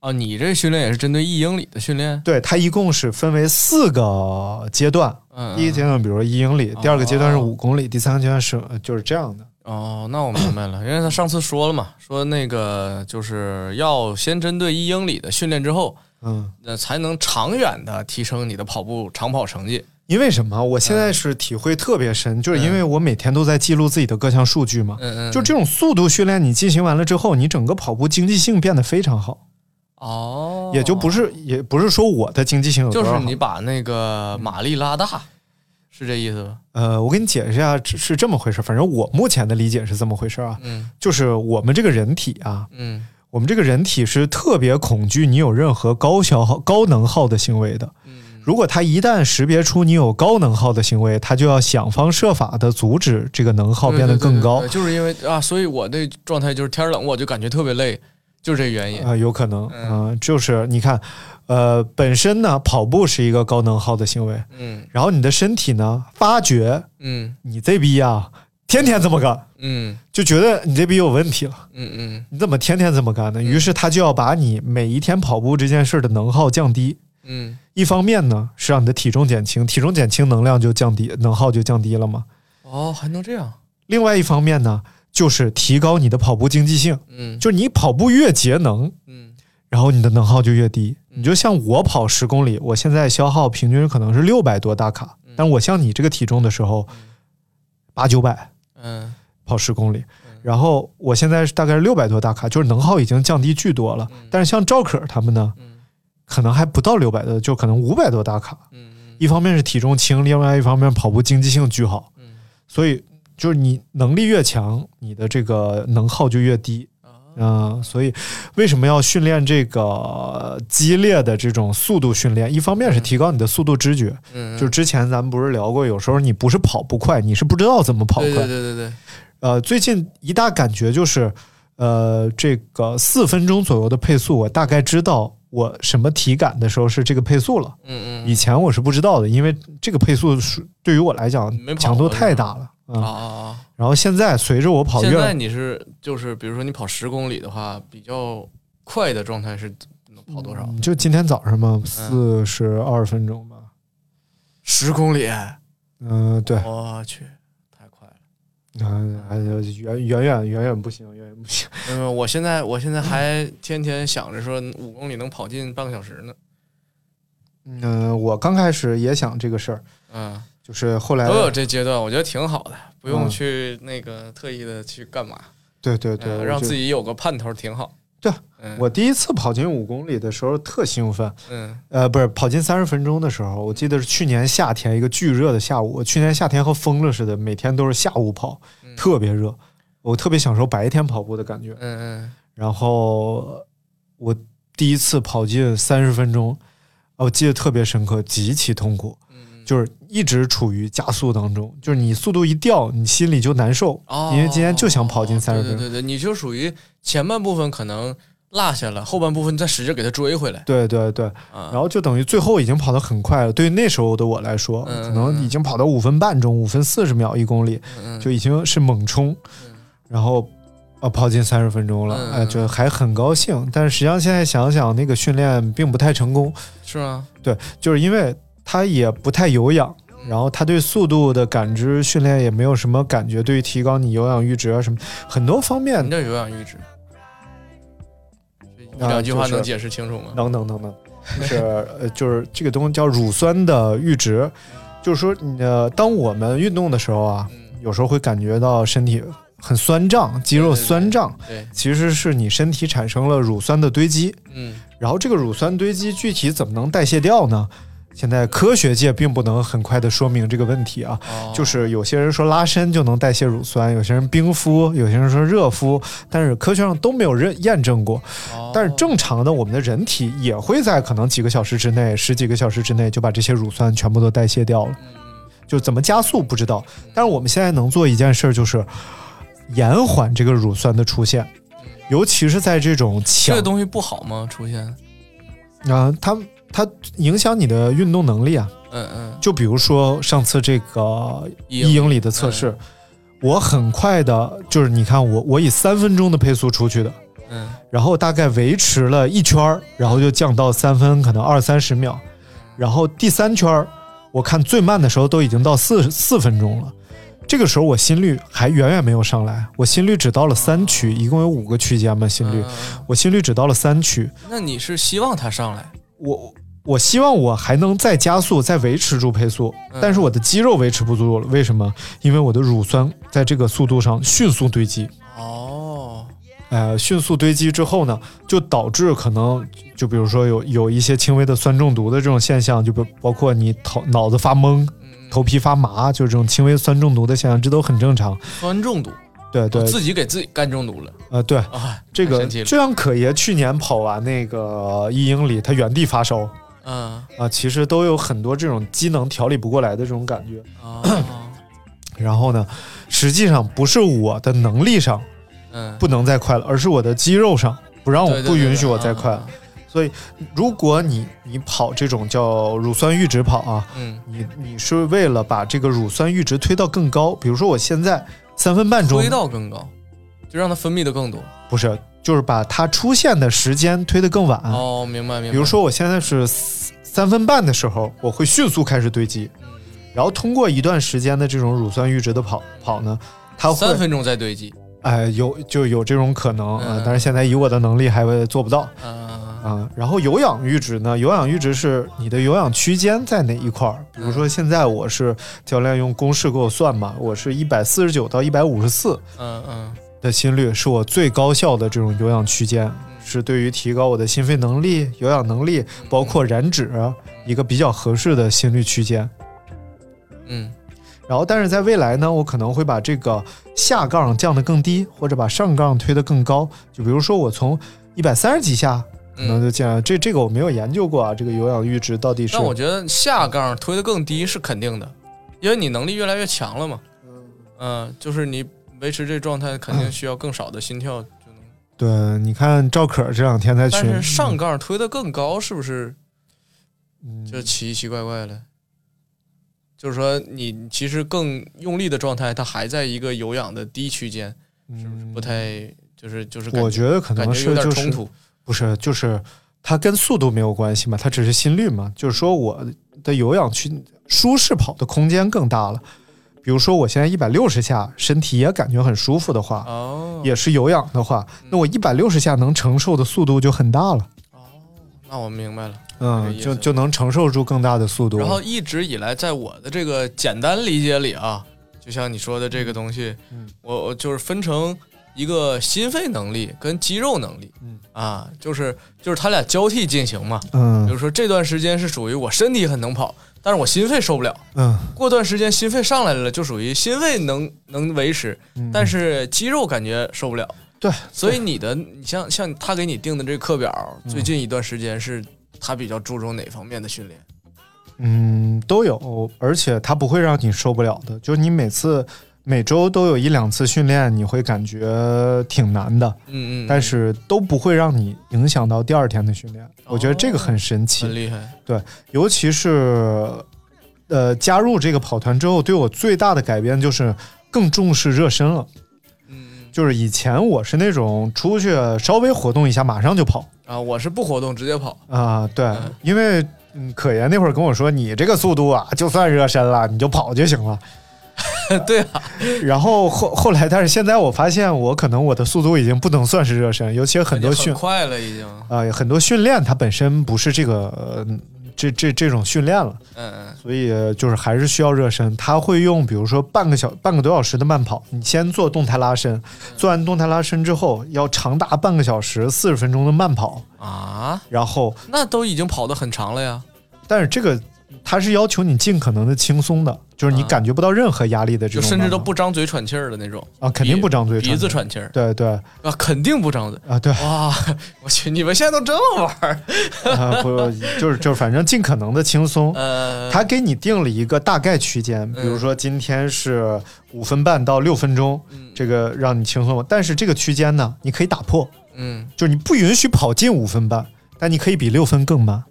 哦，你这训练也是针对一英里的训练？
对，它一共是分为四个阶段，
嗯，
第一阶段比如说一英里，第二个阶段是五公里，第三个阶段是呃就是这样的。
哦，那我明白了，因为他上次说了嘛，说那个就是要先针对一英里的训练之后，
嗯，
那才能长远的提升你的跑步长跑成绩。
因为什么？我现
嗯
在是体会特别深，就是因为我每天都在记录自己的各项数据嘛。
嗯嗯，
就这种速度训练，你进行完了之后，你整个跑步经济性变得非常好，
哦，
也就不是也不是说我的经济性有多
就
少
是
好，
你把那个马力拉大，是这意思吧？
呃，我给你解释一下只是这么回事。反正我目前的理解是这么回事啊，
嗯
就是我们这个人体啊，
嗯
我们这个人体是特别恐惧你有任何高消耗、高能耗的行为的。
嗯
如果它一旦识别出你有高能耗的行为，它就要想方设法的阻止这个能耗哦变得更高
对对对对。就是因为啊，所以我的状态就是天冷我就感觉特别累，就这原因。
啊、有可能，
嗯
嗯、就是你看，呃，本身呢，跑步是一个高能耗的行为，
嗯
然后你的身体呢，发觉
嗯
你这逼呀，天天这么干，
嗯
就觉得你这逼有问题了，
嗯嗯
你怎么天天这么干呢？于是他就要把你每一天跑步这件事儿的能耗降低。
嗯
一方面呢，是让你的体重减轻，体重减轻，能量就降低，能耗就降低了嘛。
哦，还能这样？
另外一方面呢，就是提高你的跑步经济性，
嗯
就你跑步越节能，
嗯
然后你的能耗就越低。
嗯
你就像我跑十公里，我现在消耗平均可能是六百多大卡，但我像你这个体重的时候，八九百
嗯
跑十公里，然后我现在是大概是六百多大卡，就是能耗已经降低巨多了。但是像赵可他们呢，
嗯
可能还不到六百的，就可能五百多大卡。
嗯
一方面是体重轻，另外一方面跑步经济性巨好，
嗯
所以就是你能力越强，你的这个能耗就越低。
啊
嗯，所以为什么要训练这个呃激烈的这种速度训练？一方面是提高你的速度知觉，
嗯，
就是之前咱们不是聊过，有时候你不是跑不快，你是不知道怎么跑快。
对对对对对，
呃，最近一大感觉就是，呃，这个四分钟左右的配速，我大概知道我什么体感的时候是这个配速了。
嗯嗯
以前我是不知道的，因为这个配速是对于我来讲
没跑
强度
过
太
是吧
大了。
啊
嗯，
啊啊！
然后现在随着我跑
现
越
在你是就是比如说你跑十公里的话，比较快的状态是能跑嗯多少？
嗯就今天早上嘛，四十二分钟吧。
十公里，
嗯，对，
我去，太快了！
嗯，还有远远远远远不行，远远不行。
没有没有，我现在我现在还天天想着说五公里能跑进半个小时呢。
嗯，我刚开始也想这个事儿，
嗯，
就是后来
都有这阶段，我觉得挺好的，不用
哎嗯
去那个特意的去干嘛，
对对对，
嗯
我
让
就
自。己有个盼头挺好。
对，
嗯，
我第一次跑进五公里的时候特兴奋，
嗯
呃，不是跑进三十分钟的时候，我记得是去年夏天一个巨热的下午，我去年夏天和疯了似的，每天都是下午跑，
嗯
特别热。我特别享受白天跑步的感觉。
嗯
然后我第一次跑进三十分钟，啊我记得特别深刻，极其痛苦，
嗯，
就是一直处于加速当中，就是你速度一掉，你心里就难受，
哦，
因为今天就想跑进三十分
对
钟。
对对对，你就属于前半部分可能落下了，后半部分再使劲给它追回来。
对对对，
啊、
然后就等于最后已经跑得很快了。对于那时候的我来说，
嗯
可能已经跑到五分半钟，五分四十秒一公里，
嗯
就已经是猛冲，然后啊跑进三十分钟了，
嗯
哎，就还很高兴。但是实际上现在想想，那个训练并不太成功，
是吗？
对，就是因为他也不太有氧，
嗯
然后他对速度的感知训练也没有什么感觉，对于提高你有氧阈值啊什么很多方面
你这有氧阈值，一
啊
两句话
就是
能解释清楚吗？
能能能能， 就是呃，就是这个东西叫乳酸的阈值，就是说，呃，当我们运动的时候啊，
嗯，
有时候会感觉到身体很酸胀，肌肉
对对对
酸胀，
对，
其实是你身体产生了乳酸的堆积。
嗯
然后这个乳酸堆积具体怎么能代谢掉呢？现在科学界并不能很快的说明这个问题啊，
哦，
就是有些人说拉伸就能代谢乳酸，有些人冰敷，有些人说热敷，但是科学上都没有认验证过。
哦，
但是正常的我们的人体也会在可能几个小时之内、十几个小时之内就把这些乳酸全部都代谢掉了。
嗯
就怎么加速不知道，但是我们现在能做一件事儿就是延缓这个乳酸的出现，尤其是在这种
这
强
个东西不好吗？出现，
啊、它它影响你的运动能力啊。
嗯嗯，
就比如说上次这个
一
一英里的测试，
哎
我很快的，就是你看我我以三分钟的配速出去的，
嗯，
然后大概维持了一圈儿，然后就降到三分，可能二三十秒，然后第三圈儿，我看最慢的时候都已经到四四分钟了。这个时候我心率还远远没有上来，我心率只到了三区，一共有五个区间嘛，心率，
嗯
我心率只到了三区，
那你是希望它上来？
我我希望我还能再加速，再维持住配速，
嗯
但是我的肌肉维持不住了，为什么？因为我的乳酸在这个速度上迅速堆积，
哦，
呃，迅速堆积之后呢，就导致可能就比如说有有一些轻微的酸中毒的这种现象，就包包括你头脑子发懵、
嗯
头皮发麻，就是这种轻微酸中毒的现象，这都很正常。
酸中毒，
对对
我，哦自己给自己干中毒了
呃对，
啊！
这
太
个
神奇了
就像可爷去年跑完那个一英里，他原地发烧。
嗯，
啊，其实都有很多这种机能调理不过来的这种感觉。
哦，
然后呢，实际上不是我的能力上
嗯，
不能再快了，而是我的肌肉上不让我
对对
不
对
允
对
许我再
啊
快
啊
了。所以，如果你你跑这种叫乳酸阈值跑啊，
嗯，
你你是为了把这个乳酸阈值推到更高，比如说我现在三分半钟
推到更高，就让它分泌的更多。
不是，就是把它出现的时间推得更晚。
哦，明白明白。
啊比如，说我现在是三三分半的时候，我会迅速开始堆积，
嗯
然后通过一段时间的这种乳酸阈值的跑跑呢，它会
三分钟再堆积，
哎、有就有这种可能啊、呃
嗯
但是现在以我的能力还会做不到啊、
嗯
然后有氧阈值呢，有氧阈值是你的有氧区间在哪一块儿？比如说现在我是教练用公式给我算嘛，我是一百四十九到一百五十四
嗯嗯
的心率是我最高效的这种有氧区间，
嗯
是对于提高我的心肺能力、有氧能力，包括燃脂一个比较合适的心率区间。
嗯，
然后，但是在未来呢，我可能会把这个下杠降得更低，或者把上杠推得更高。就比如说，我从一百三十几下，
嗯
可能就降。这这个我没有研究过啊，这个有氧阈值到底是
但我觉得下杠推得更低是肯定的，因为你能力越来越强了嘛。嗯，就是你维持这状态，
嗯
肯定需要更少的心跳。
对。你看赵可这两天在
但
群，
是上杠推得更高，是不是
嗯
就奇奇怪怪了？就是说，你其实更用力的状态，它还在一个有氧的低区间，是不是
嗯
不？太就是就是感
我觉得可
感
能
觉有
是
点
就是
冲突。
不是，就是它跟速度没有关系嘛，它只是心率嘛。就是说我的有氧区舒适跑的空间更大了。比如说我现在一百六十下，身体也感觉很舒服的话，
哦，
也是有氧的话，
嗯
那我一百六十下能承受的速度就很大了。
那我明白了。
嗯，
意思
就就能承受住更大的速度。
哎然后一直以来，在我的这个简单理解里啊，就像你说的这个东西，
嗯
我我就是分成一个心肺能力跟肌肉能力，
嗯
啊，就是就是他俩交替进行嘛。比
嗯
如说这段时间是属于我身体很能跑，但是我心肺受不了。
嗯，
过段时间心肺上来了，就属于心肺能能维持，但
是
是肌肉感觉受不了。
嗯对，
所以你的你像像他给你定的这个课表，
嗯
最近一段时间是他比较注重哪方面的训练？
嗯都有，而且它不会让你受不了的，就是你每次每周都有一两次训练，你会感觉挺难的，
嗯嗯，
但是都不会让你影响到第二天的训练。我觉得这个很神奇，
哦很厉害。
尤其是呃加入这个跑团之后，对我最大的改变就是更重视热身了。
嗯嗯
就是以前我是那种出去稍微活动一下马上就跑
啊，我是不活动直接 跑。
啊、对
嗯，
因为嗯可言那会儿跟我说，你这个速度啊，就算热身了，你就跑就行了。
对 啊，
然后后后来，但是现在我发现，我可能我的速度已经不能算是热身，尤其很多训
快了已经。
呃很多训练它本身不是这个、呃、这这这种训练了。
嗯
所以就是还是需要热身。他会用比如说半个小半个多小时的慢跑，你先做动态拉伸，做完动态拉伸之后，要长达半个小时四十分钟的慢跑，
嗯啊，
然后
那都已经跑得很长了呀。
但是这个他是要求你尽可能的轻松的，就是你
啊
感觉不到任何压力的这
就
种慢跑，
甚至都不张嘴喘气儿的那种，
啊，肯定不张嘴，
鼻子，喘气儿
对对
啊，肯定不张嘴。
啊对
哇， 我去，你们现在都这么玩儿？
啊不就是就是反正尽可能的轻松。
呃，
他给你定了一个大概区间，
嗯
比如说今天是五分半到六分钟，
嗯
这个让你轻松。但是这个区间呢，你可以打破，
嗯
就是你不允许跑进五分半，但你可以比六分更慢，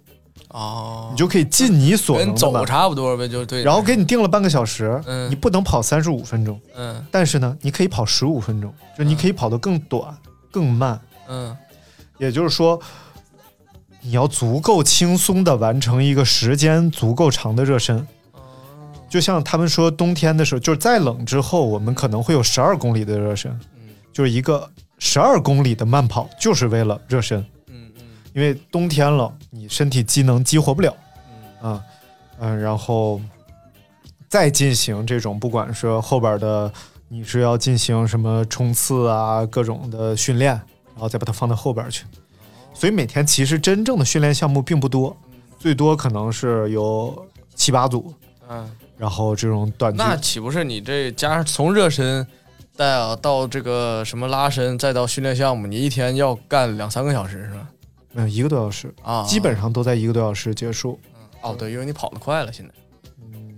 哦，
你就可以尽你所能
跟
的
走
慢。
差不多呗，就对。
然后给你定了半个小时，
嗯
你不能跑三十五分钟，
嗯
但是呢，你可以跑十五分钟，就你可以跑得更短、更慢。
嗯
也就是说，你要足够轻松的完成一个时间足够长的热身。就像他们说，冬天的时候，就是再冷之后，我们可能会有十二公里的热身，
嗯
就是一个十二公里的慢跑，就是为了热身。
嗯嗯
因为冬天了，你身体机能激活不了
嗯
啊，嗯，然后再进行这种，不管是后边的你是要进行什么冲刺啊，各种的训练，然后再把它放到后边去。所以每天其实真正的训练项目并不多，最多可能是有七八组，
嗯，
然后这种短距
那岂不是你这加上从热身，到到这个什么拉伸，再到训练项目，你一天要干两三个小时是吧？
嗯一个多小时，
啊，
基本上都在一个多小时结束。
哦，对，因为你跑得快了，现在。
嗯，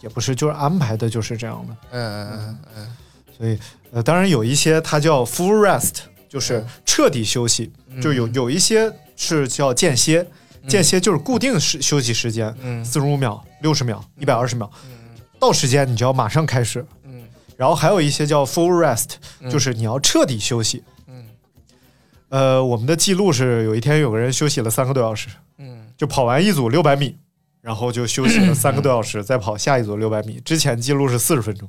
也不是，就是安排的就是这样的。
嗯嗯嗯
所以呃，当然有一些它叫 full rest，就是彻底休息，
嗯，
就有有一些是叫间歇，间
嗯
歇就是固定时休息时间，
嗯
四十五秒、六十秒、一百二十秒，
嗯
到时间你就要马上开始。
嗯
然后还有一些叫 full rest，
嗯
就是你要彻底休息。
嗯
呃，我们的记录是有一天有个人休息了三个多小时，
嗯
就跑完一组六百米，然后就休息了三个多小时，再跑下一组六百米。之前记录是四十分钟。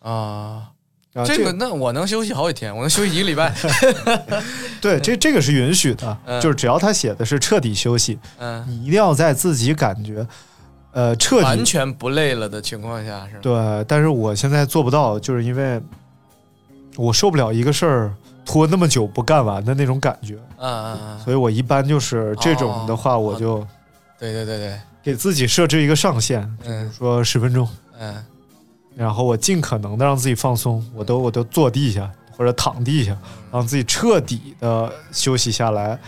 啊，
啊，
这个那我能休息好几天，我能休息一个礼 拜。
对，这这个是允许的，
嗯
就是只要他写的是彻底休息，
嗯，
你一定要在自己感觉，呃，彻
完
底
全不累了的情况下是吧？
对。但是我现在做不到，就是因为我受不了一个事儿拖那么久不干完的那种感觉，
嗯嗯嗯，
所以我一般就是这种的话，
哦
我就
对对对对，
给自己设置一个上限，比如
嗯
说十分钟，
嗯
然后我尽可能的让自己放松，我都我都坐地下或者躺地下，
嗯
让自己彻底的休息下来，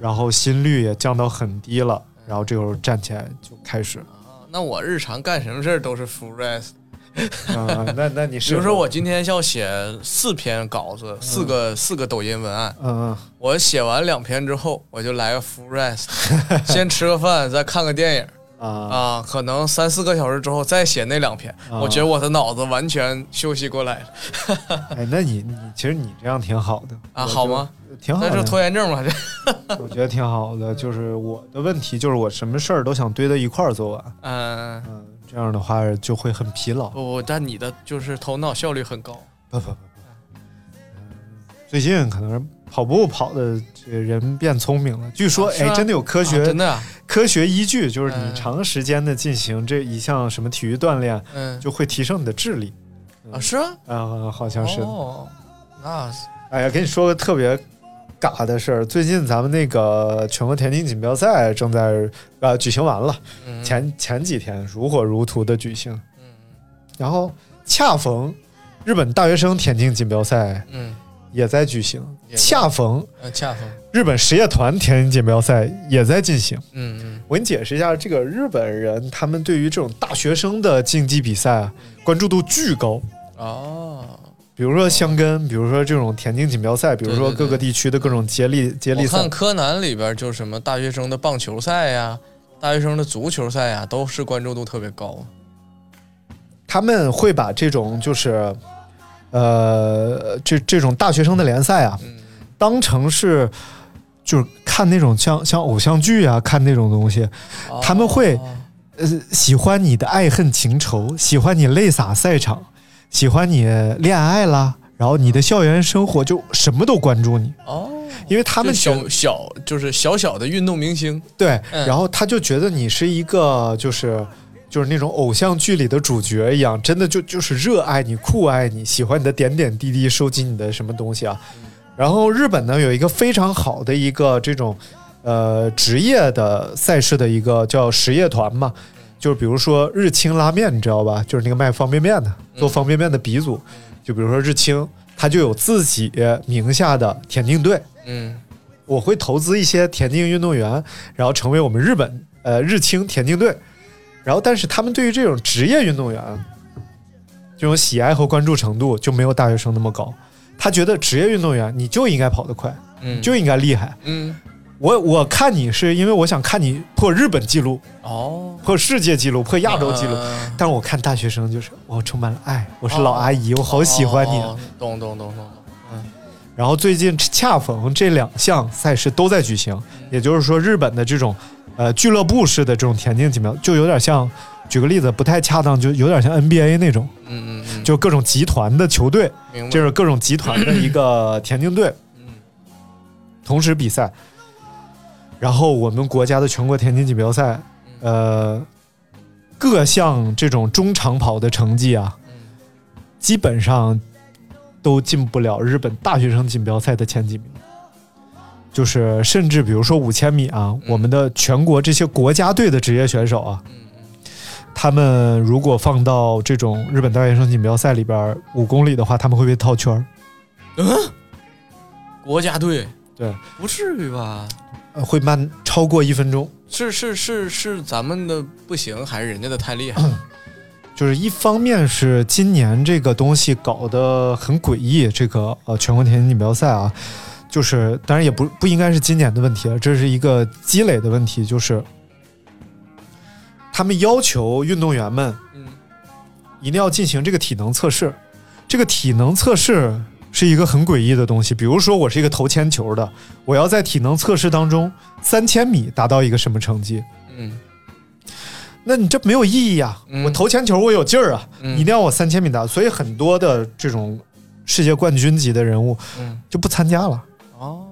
然后心率也降到很低了，
嗯
然后这会儿站起来就开始。
啊，那我日常干什么事儿都是 full rest。
啊、那那你
比
是
如说我今天要写四篇稿子，四个四个抖音文案，
嗯嗯
我写完两篇之后，我就来个 full rest，先吃个饭，再看个电影。
啊
啊，可能三四个小时之后再写那两篇，
啊
我觉得我的脑子完全休息过来了
哎，那你你其实你这样挺好的
啊，好？吗？
我就挺好
那就嗯拖
的，
延症嘛，这
我觉得挺好的。就是我的问题就是我什么事儿都想堆到一块儿做完，
嗯，
嗯，这样的话就会很疲劳。
不不，但你的就是头脑效率很高，
不不不不，嗯最近可能跑步跑的这人变聪明了。据说
啊，是
哎，
吗
真的有科学、
啊真的啊，
科学依据，就是你
嗯
长时间的进行这一项什么体育锻炼，
嗯
就会提升你的智力
啊是啊，
啊、好像是。
哦，那
哎呀，跟你说个特别嘎的事儿，最近咱们那个全国田径锦标赛正在呃举行完了，
嗯
前前几天如火如荼的举行，然后恰逢日本大学生田径锦标赛
嗯，
也在举行，
也在
恰逢
呃，恰逢，
日本实业团田径锦标赛也在进行。
嗯嗯
我给你解释一下，这个日本人他们对于这种大学生的竞技比赛啊，关注度巨高。
哦，
比如说箱根，比如说这种田径锦标赛，比如说
对对对
各个地区的各种接力接力
我
赛
看，柯南里边就什么大学生的棒球赛呀，大学生的足球赛呀，都是关注度特别高。
他们会把这种就是，呃，这这种大学生的联赛啊，
嗯，
当成是就是看那种像像偶像剧啊，看那种东西，
哦
他们会呃，喜欢你的爱恨情仇，喜欢你泪洒赛场，喜欢你恋爱啦，然后你的校园生活，就什么都关注你，
哦，
因为他们
就
觉
小小就是小小的运动明星，
对，
嗯
然后他就觉得你是一个就是。就是那种偶像剧里的主角一样，真的就就是热爱你、酷爱你、喜欢你的点点滴滴，收集你的什么东西啊。然后日本呢有一个非常好的一个这种呃职业的赛事的一个叫实业团嘛，就是比如说日清拉面，你知道吧？就是那个卖方便面的，做方便面的鼻祖。就比如说日清，他就有自己名下的田径队，
嗯
我会投资一些田径运动员，然后成为我们日本呃日清田径队。然后，但是他们对于这种职业运动员这种喜爱和关注程度就没有大学生那么高。他觉得职业运动员你就应该跑得快，
嗯，
就应该厉害。
嗯
我我看你是因为我想看你破日本纪录、
哦，
破世界纪录、破亚洲纪录。
嗯
但是我看大学生就是我充满了爱，我是老阿姨，我好喜欢你。啊
哦懂懂懂懂，
然后最近恰逢这两项赛事都在举行，
嗯
也就是说，日本的这种呃俱乐部式的这种田径锦标，就有点像，举个例子不太恰当，就有点像 NBA 那种，
嗯嗯嗯，
就各种集团的球队，
明白，
就是各种集团的一个田径队
嗯
同时比赛。然后我们国家的全国田径锦标赛，
嗯
呃，各项这种中长跑的成绩啊，
嗯
基本上都进不了日本大学生锦标赛的前几名。就是甚至比如说五千米啊，我们的全国这些国家队的职业选手啊，
嗯嗯
他们如果放到这种日本大学生锦标赛里边五公里的话，他们会被套圈儿。
嗯，国家队
对，
不至于吧？
呃会慢超过一分钟。
是是是是咱们的不行，还是人家的太 厉害？
就是一方面是今年这个东西搞得很诡异，这个呃全国田径锦标赛啊，就是当然也不不应该是今年的问题了，这是一个积累的问题，就是他们要求运动员们
嗯
一定要进行这个体能测试，这个体能测试是一个很诡异的东西，比如说我是一个投铅球的，我要在体能测试当中三千米达到一个什么成绩，
嗯
那你这没有意义啊！
嗯
我投铅球，我有劲儿啊！
嗯，
一定要我三千米达，所以很多的这种世界冠军级的人物
嗯
就不参加了。
哦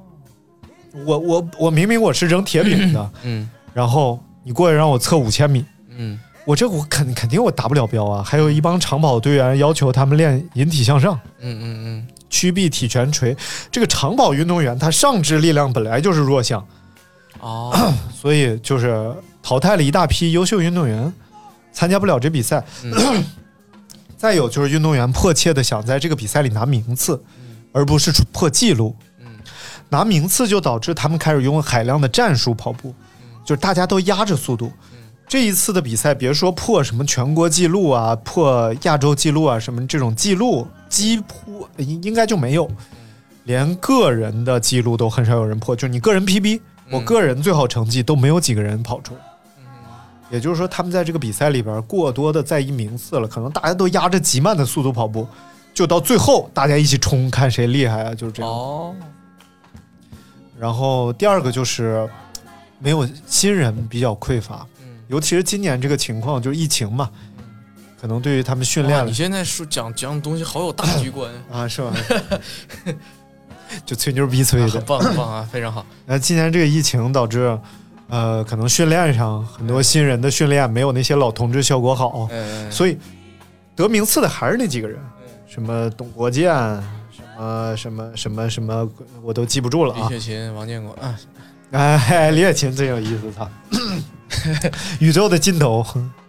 我我我明明我是扔铁饼的，
嗯
然后你过来让我测五千米，
嗯
我这我肯肯定我达不了标啊。还有一帮长跑队员要求他们练引体向上、
嗯嗯
屈臂体前锤，这个长跑运动员他上肢力量本来就是弱项，
嗯，哦，
所以就是淘汰了一大批优秀运动员，参加不了这比赛。
嗯
再有就是运动员迫切的想在这个比赛里拿名次，而不是出破纪录。
嗯
拿名次就导致他们开始拥有海量的战术跑步，就是大家都压着速度。这一次的比赛，别说破什么全国纪录啊、破亚洲纪录啊什么这种记录，几乎呃应应该就没有，连个人的记录都很少有人破。就你个人 PB，我个人最好成绩都没有几个人跑出来。也就是说，他们在这个比赛里边过多的在意名次了，可能大家都压着极慢的速度跑步，就到最后大家一起冲，看谁厉害啊，就是这样。
哦，
然后第二个就是没有新人比较匮乏，
嗯，
尤其是今年这个情况，就是疫情嘛，可能对于他们训
哇
练
你现在说讲讲东西好有大局观，
啊，是吧？ 就吹牛逼吹
啊
的
很。棒很棒啊，非常好。
那今年这个疫情导致，呃，可能训练上很多新人的训练没有那些老同志效果好，
嗯，
哎所以得名次的还是那几个人，什么董国建，什么呃，什么什么什么，我都记不住了
李
啊。
雪琴、王建国啊，
哎，李雪琴真有意思， 操！宇宙的尽头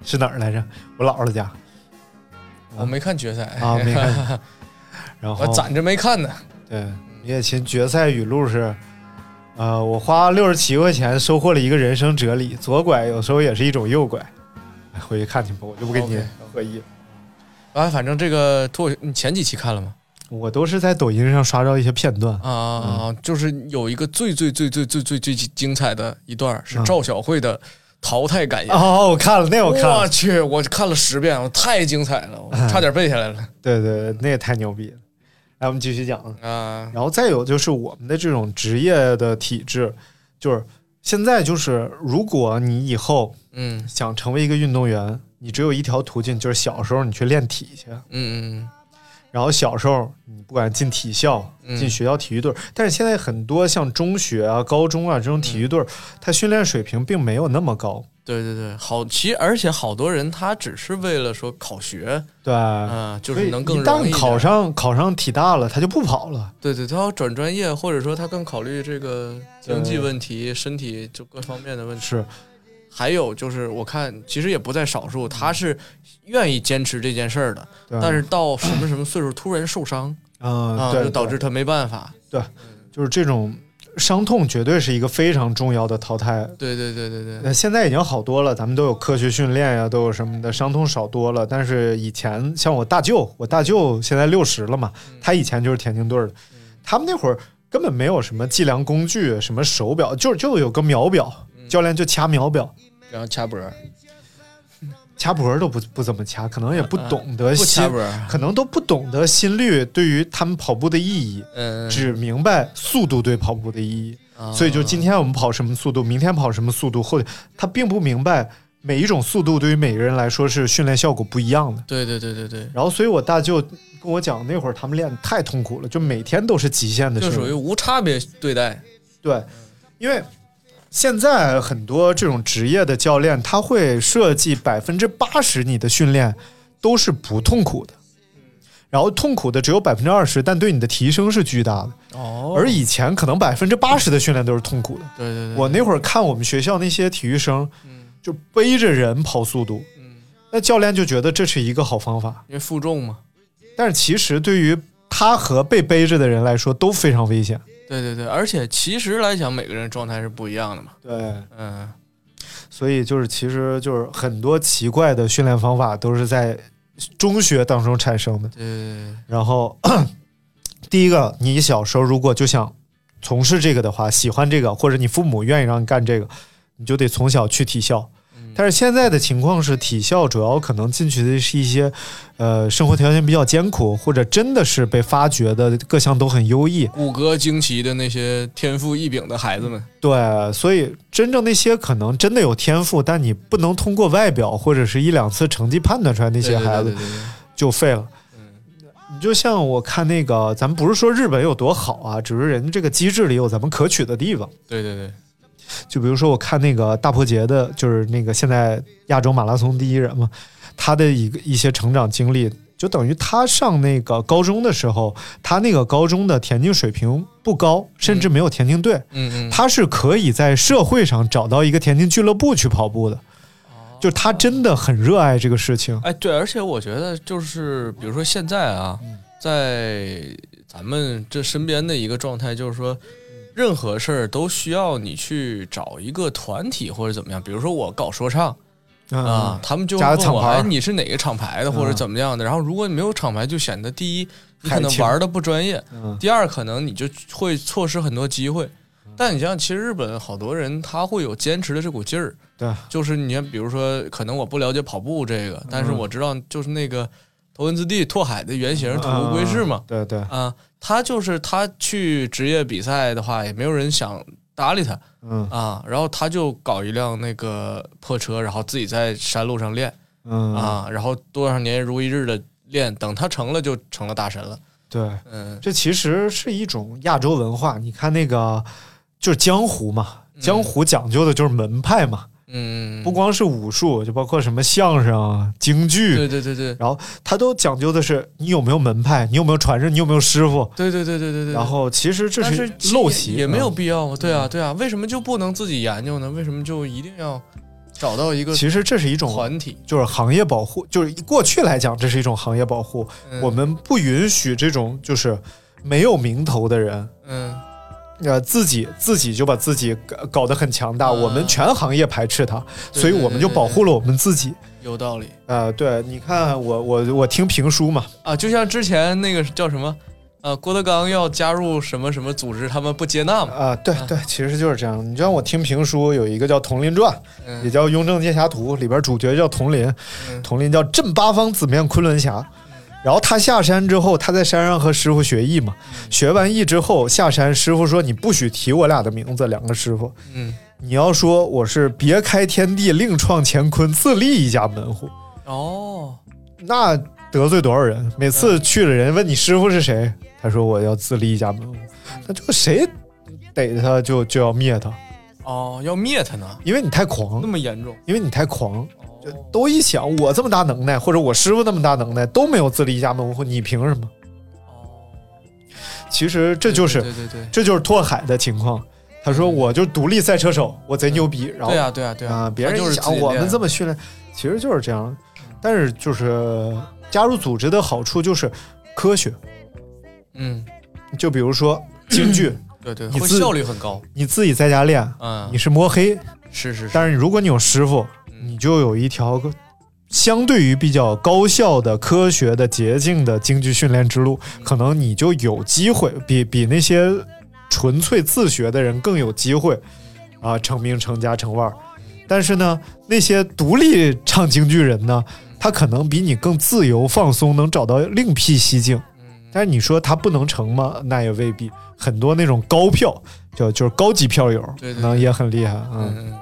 是哪儿来着？我姥姥家
我没看决赛
啊，没看。然后
我攒着没看呢。
对，李雪琴决赛语录是：呃，我花六十七块钱收获了一个人生哲理，左拐有时候也是一种右拐。哎回去看去吧，我就不跟你
OK，OK
回忆了。
啊，反正这个脱口，你前几期看了吗？
我都是在抖音上刷到一些片段，
啊啊啊！就是有一个最最最最最最最精彩的一段是赵小慧的淘汰感言。
哦，我看了，那我看
我
了，
去，我看了十遍，我太精彩了，我差点背下来了
对对，对那也太牛逼了。来，我们继续讲。
啊！
然后再有就是我们的这种职业的体制，就是现在就是，如果你以后
嗯
想成为一个运动员，你只有一条途径，就是小时候你去练体去。
嗯嗯
然后小时候你不管进体校、
嗯
进学校体育队儿，但是现在很多像中学啊、高中啊这种
嗯
体育队儿，它训练水平并没有那么高。
对对对，好，其实而且好多人他只是为了说考学，
对，
啊，就
所以
是能更
一
容易
旦
一点
考，上考上体大了，他就不跑了。
对对，他要转专业，或者说他更考虑这个经济问题、身体就各方面的问题。
是，
还有就是，我看其实也不在少数，他是愿意坚持这件事儿的，
对
但是到什么什么岁数突然受伤
嗯，
啊，
对，
就导
对
致他没办法。
就是这种伤痛绝对是一个非常重要的淘汰。
对对对对对
呃，现在已经好多了，咱们都有科学训练呀、都有什么的，伤痛少多了。但是以前像我大舅，我大舅现在六十了嘛，
嗯
他以前就是田径队的，他们那会儿根本没有什么计量工具，什么手表，就就有个秒表，
嗯
教练就掐秒表。
然后掐脖，
掐脖儿都不不怎么掐，可能也不懂得
嗯不
心
掐，脖，
可能都不懂得心率对于他们跑步的意义，
嗯，啊
只明白速度对跑步的意义。所以就今天我们跑什么速度，明天跑什么速度，或者他并不明白每一种速度对于每个人来说是训练效果不一样的。
对对对对对，
然后，所以我大舅跟我讲，那会儿他们练得太痛苦了，就每天都是极限的
就
训
属于
练。
无差别对待。
对，因为现在很多这种职业的教练，他会设计百分之八十你的训练都是不痛苦的，然后痛苦的只有百分之二十，但对你的提升是巨大的。
哦
而以前可能百分之八十的训练都是痛苦的。
对对对，嗯
我那会儿看我们学校那些体育生，就背着人跑速度，那教练就觉得这是一个好方法，
因为负重嘛。
但是其实对于他和被背着的人来说都非常危险。
对对对，而且其实来讲，每个人状态是不一样的嘛。
对，
嗯，
所以就是其实就是很多奇怪的训练方法都是在中学当中产生的。
对对
然后 第一个，你小时候如果就想从事这个的话，喜欢这个，或者你父母愿意让你干这个，你就得从小去体校。但是现在的情况是，体校主要可能进去的是一些，呃，生活条件比较艰苦，或者真的是被发掘的各项都很优异。
骨骼惊奇的那些天赋异禀的孩子们，
对，所以真正那些可能真的有天赋，但你不能通过外表或者是一两次成绩判断出来那
那
些孩子，就废了。你就像我看那个，咱们不是说日本有多好啊，只是人家这个机制里有咱们可取的地方。
对对对，
就比如说，我看那个大破节的，就是那个现在亚洲马拉松第一人嘛，他的一个一些成长经历，就等于他上那个高中的时候，他那个高中的田径水平不高，甚至没有田径队，
嗯嗯，
他是可以在社会上找到一个田径俱乐部去跑步的，就他真的很热爱这个事情。
哎，对，而且我觉得就是，比如说现在啊，
嗯
在咱们这身边的一个状态，就是说，
嗯
任何事儿都需要你去找一个团体或者怎么样。比如说我搞说唱
嗯
啊，他们就
加
会
个
问
厂
我，
牌儿
哎，你是哪个厂牌的或者
嗯
怎么样的。然后如果你没有厂牌，就显得第一，你可
海
能
清
玩的不专业；
嗯
第二，可能你就会错失很多机会。但你像其实日本好多人他会有坚持的这股劲儿，
对，嗯
就是你看，比如说，可能我不了解跑步这个，但是我知道就是那个头文字 D 拓海的原型土
嗯
乌龟式嘛，，
嗯对对，
啊，他就是他去职业比赛的话，也没有人想搭理他
嗯
啊，然后他就搞一辆那个破车，然后自己在山路上练
嗯，
啊，然后多少年如一日的练，等他成了就成了大神了，
对，
嗯，
这其实是一种亚洲文化。你看那个，就是江湖嘛，江湖讲究的就是门派嘛，
嗯嗯，
不光是武术，就包括什么相声啊、京剧，
对对对对
然后它都讲究的是你有没有门派，你有没有传人，你有没有师傅。
对对对对对对。
然后其实这
但
是
是其实
陋习，
也也没有
嗯。
必要嘛。对啊对啊，为什么就不能自己研究呢？为什么就一定要找到一个
其实这是一种
团体？
就是行业保护，就是过去来讲，这是一种行业保护。
嗯
我们不允许这种就是没有名头的人，
嗯
呃，自己自己就把自己搞搞得很强大。
嗯
我们全行业排斥他，
对
所以我们就保护了我们自己。
有道理
呃，对，你看我我我听评书嘛，
啊，就像之前那个叫什么啊，郭德纲要加入什么什么组织，他们不接纳嘛。
啊、对对，其实就是这样。你就像我听评书，有一个叫《佟林传》，也
嗯
叫《雍正剑侠图》，里边主角叫佟林，
嗯
佟林叫镇八方紫面昆仑侠。然后他下山之后，他在山上和师傅学艺嘛，学完艺之后下山，师傅说你不许提我俩的名字，两个师傅，
嗯，
你要说我是别开天地，另创乾坤，自立一家门户，
哦，
那得罪多少人？每次去了人问你师傅是谁，他说我要自立一家门户，那就谁逮他就就要灭他，
哦，要灭他呢，
因为你太狂
那，么严重。
因为你太狂，
哦
都一想，我这么大能耐，或者我师傅那么大能耐，都没有自立一家门户，你凭什么？
哦，
其实这就是
对对对对
这就是拓海的情况。他说我就独立赛车手，我贼牛逼，然
对对
后
啊对啊对
啊，
啊，
别人
他就
一
是
想我们这
么
么训练，其实就是这样。
嗯
但是就是加入组织的好处就是科学，
嗯，
就比如说京 剧，
对对，
你
会
自
效率很高。
你自己在家练，
嗯，
你是摸黑，
是是是，
但是如果你有师傅，
嗯
你就有一条相对于比较高效的、科学的、捷径的京剧训练之路，可能你就有机会比比那些纯粹自学的人更有机会啊、成名、成家、成腕儿。但是呢，那些独立唱京剧人呢，他可能比你更自由放松，能找到另辟蹊径。
嗯
但是你说他不能成吗？那也未必。很多那种高票，就就是高级票友，
对对
可能也很厉害。嗯
嗯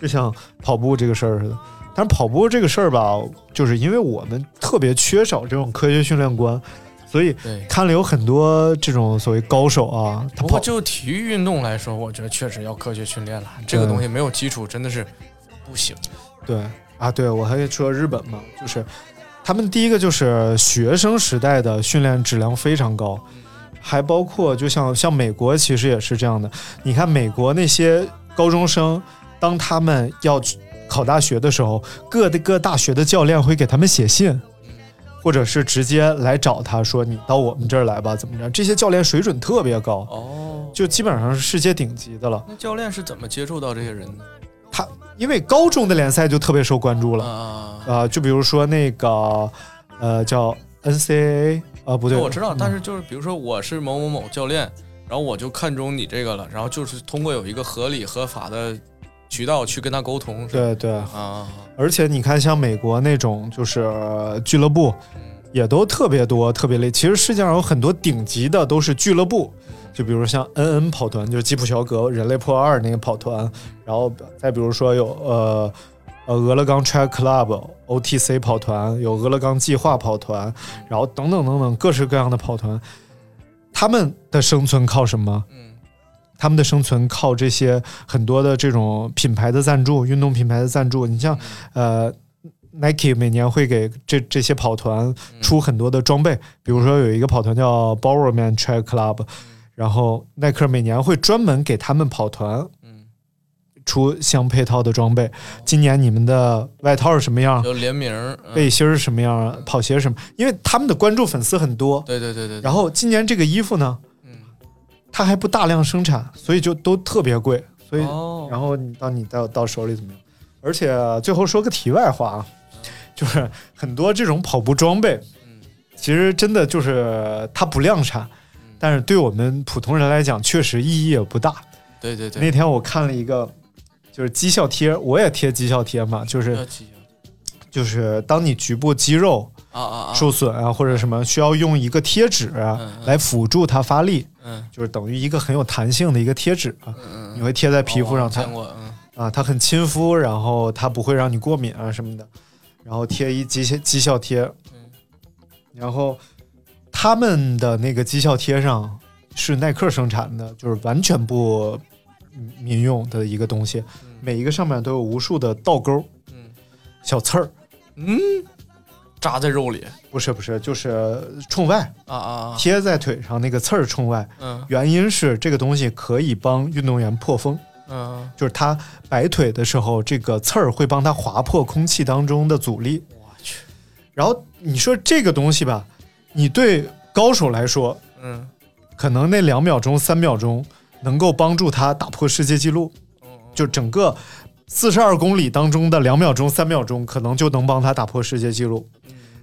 就像跑步这个事儿似的。但是跑步这个事儿吧，就是因为我们特别缺少这种科学训练观，所以
对。
看了有很多这种所谓高手啊，他
不过
跑
就体育运动来说，我觉得确实要科学训练了。这个
对
东西没有基础真的是不行。
对啊，对我还说日本嘛，就是他们第一个就是学生时代的训练质量非常高，还包括就像像美国其实也是这样的。你看美国那些高中生，当他们要去考大学的时候，各的各大学的教练会给他们写信。或者是直接来找他说你到我们这儿来吧，怎么着？这些教练水准特别高，
哦，
就基本上是世界顶级的了。
那教练是怎么接触到这些人的？
他因为高中的联赛就特别受关注了，
啊，
呃，就比如说那个呃叫 NCAA 啊、不对，
哦我知道，但
嗯
是就是比如说我是某某某教练，然后我就看中你这个了，然后就是通过有一个合理合法的渠道去跟他沟通。是吧
对对，
啊，
而且你看像美国那种就是呃俱乐部
嗯
也都特别多，特别累。其实世界上有很多顶级的都是俱乐部。就比如像 NN 跑团，就是吉普乔格人类破二那个跑团，然后再比如说有呃呃俄勒冈 Track Club OTC 跑团，有俄勒冈计划跑团，然后等等等等各式各样的跑团，他们的生存靠什么？
嗯
他们的生存靠这些很多的这种品牌的赞助，运动品牌的赞助。你像呃，Nike 每年会给这这些跑团出很多的装备，比如说有一个跑团叫 Bowerman Track Club，然后耐克每年会专门给他们跑团
嗯，
出相配套的装备。今年你们的外套是什么样？
有联名儿。嗯
背心儿是什么样？跑鞋是什么？因为他们的关注粉丝很多。
对对对对。对
然后今年这个衣服呢，
嗯
它还不大量生产，所以就都特别贵。所以
哦，
然后你到你到到手里怎么样？而且最后说个题外话啊，就是很多这种跑步装备，
嗯
其实真的就是它不量产，
嗯
但是对我们普通人来讲，确实意义也不大。
对对
那
对，
天我看了一个，就是绩效贴，我也贴绩效贴嘛，就是
要记下
就是当你局部肌肉
啊啊啊！
受损啊或者什么，需要用一个贴纸啊
嗯嗯
来辅助它发力，
嗯
就是等于一个很有弹性的一个贴纸啊，
嗯嗯，
你会贴在皮肤上，
哦
它
见过嗯
啊，它很亲肤，然后它不会让你过敏啊什么的，然后贴一绩效绩效贴，
嗯
然后他们的那个绩效贴上是耐克生产的，就是完全不民用的一个东西，每一个上面都有无数的倒钩、
嗯
小刺儿，
嗯，扎在肉里
不是不是，就是冲外
啊啊，啊
贴在腿上那个刺儿冲外。
嗯
原因是这个东西可以帮运动员破风，
嗯，
就是他摆腿的时候，这个刺儿会帮他划破空气当中的阻力。
我去，
然后你说这个东西吧，你对高手来说，
嗯
可能那两秒钟、三秒钟能够帮助他打破世界纪录，就整个四十二公里当中的两秒钟、三秒钟，可能就能帮他打破世界纪录。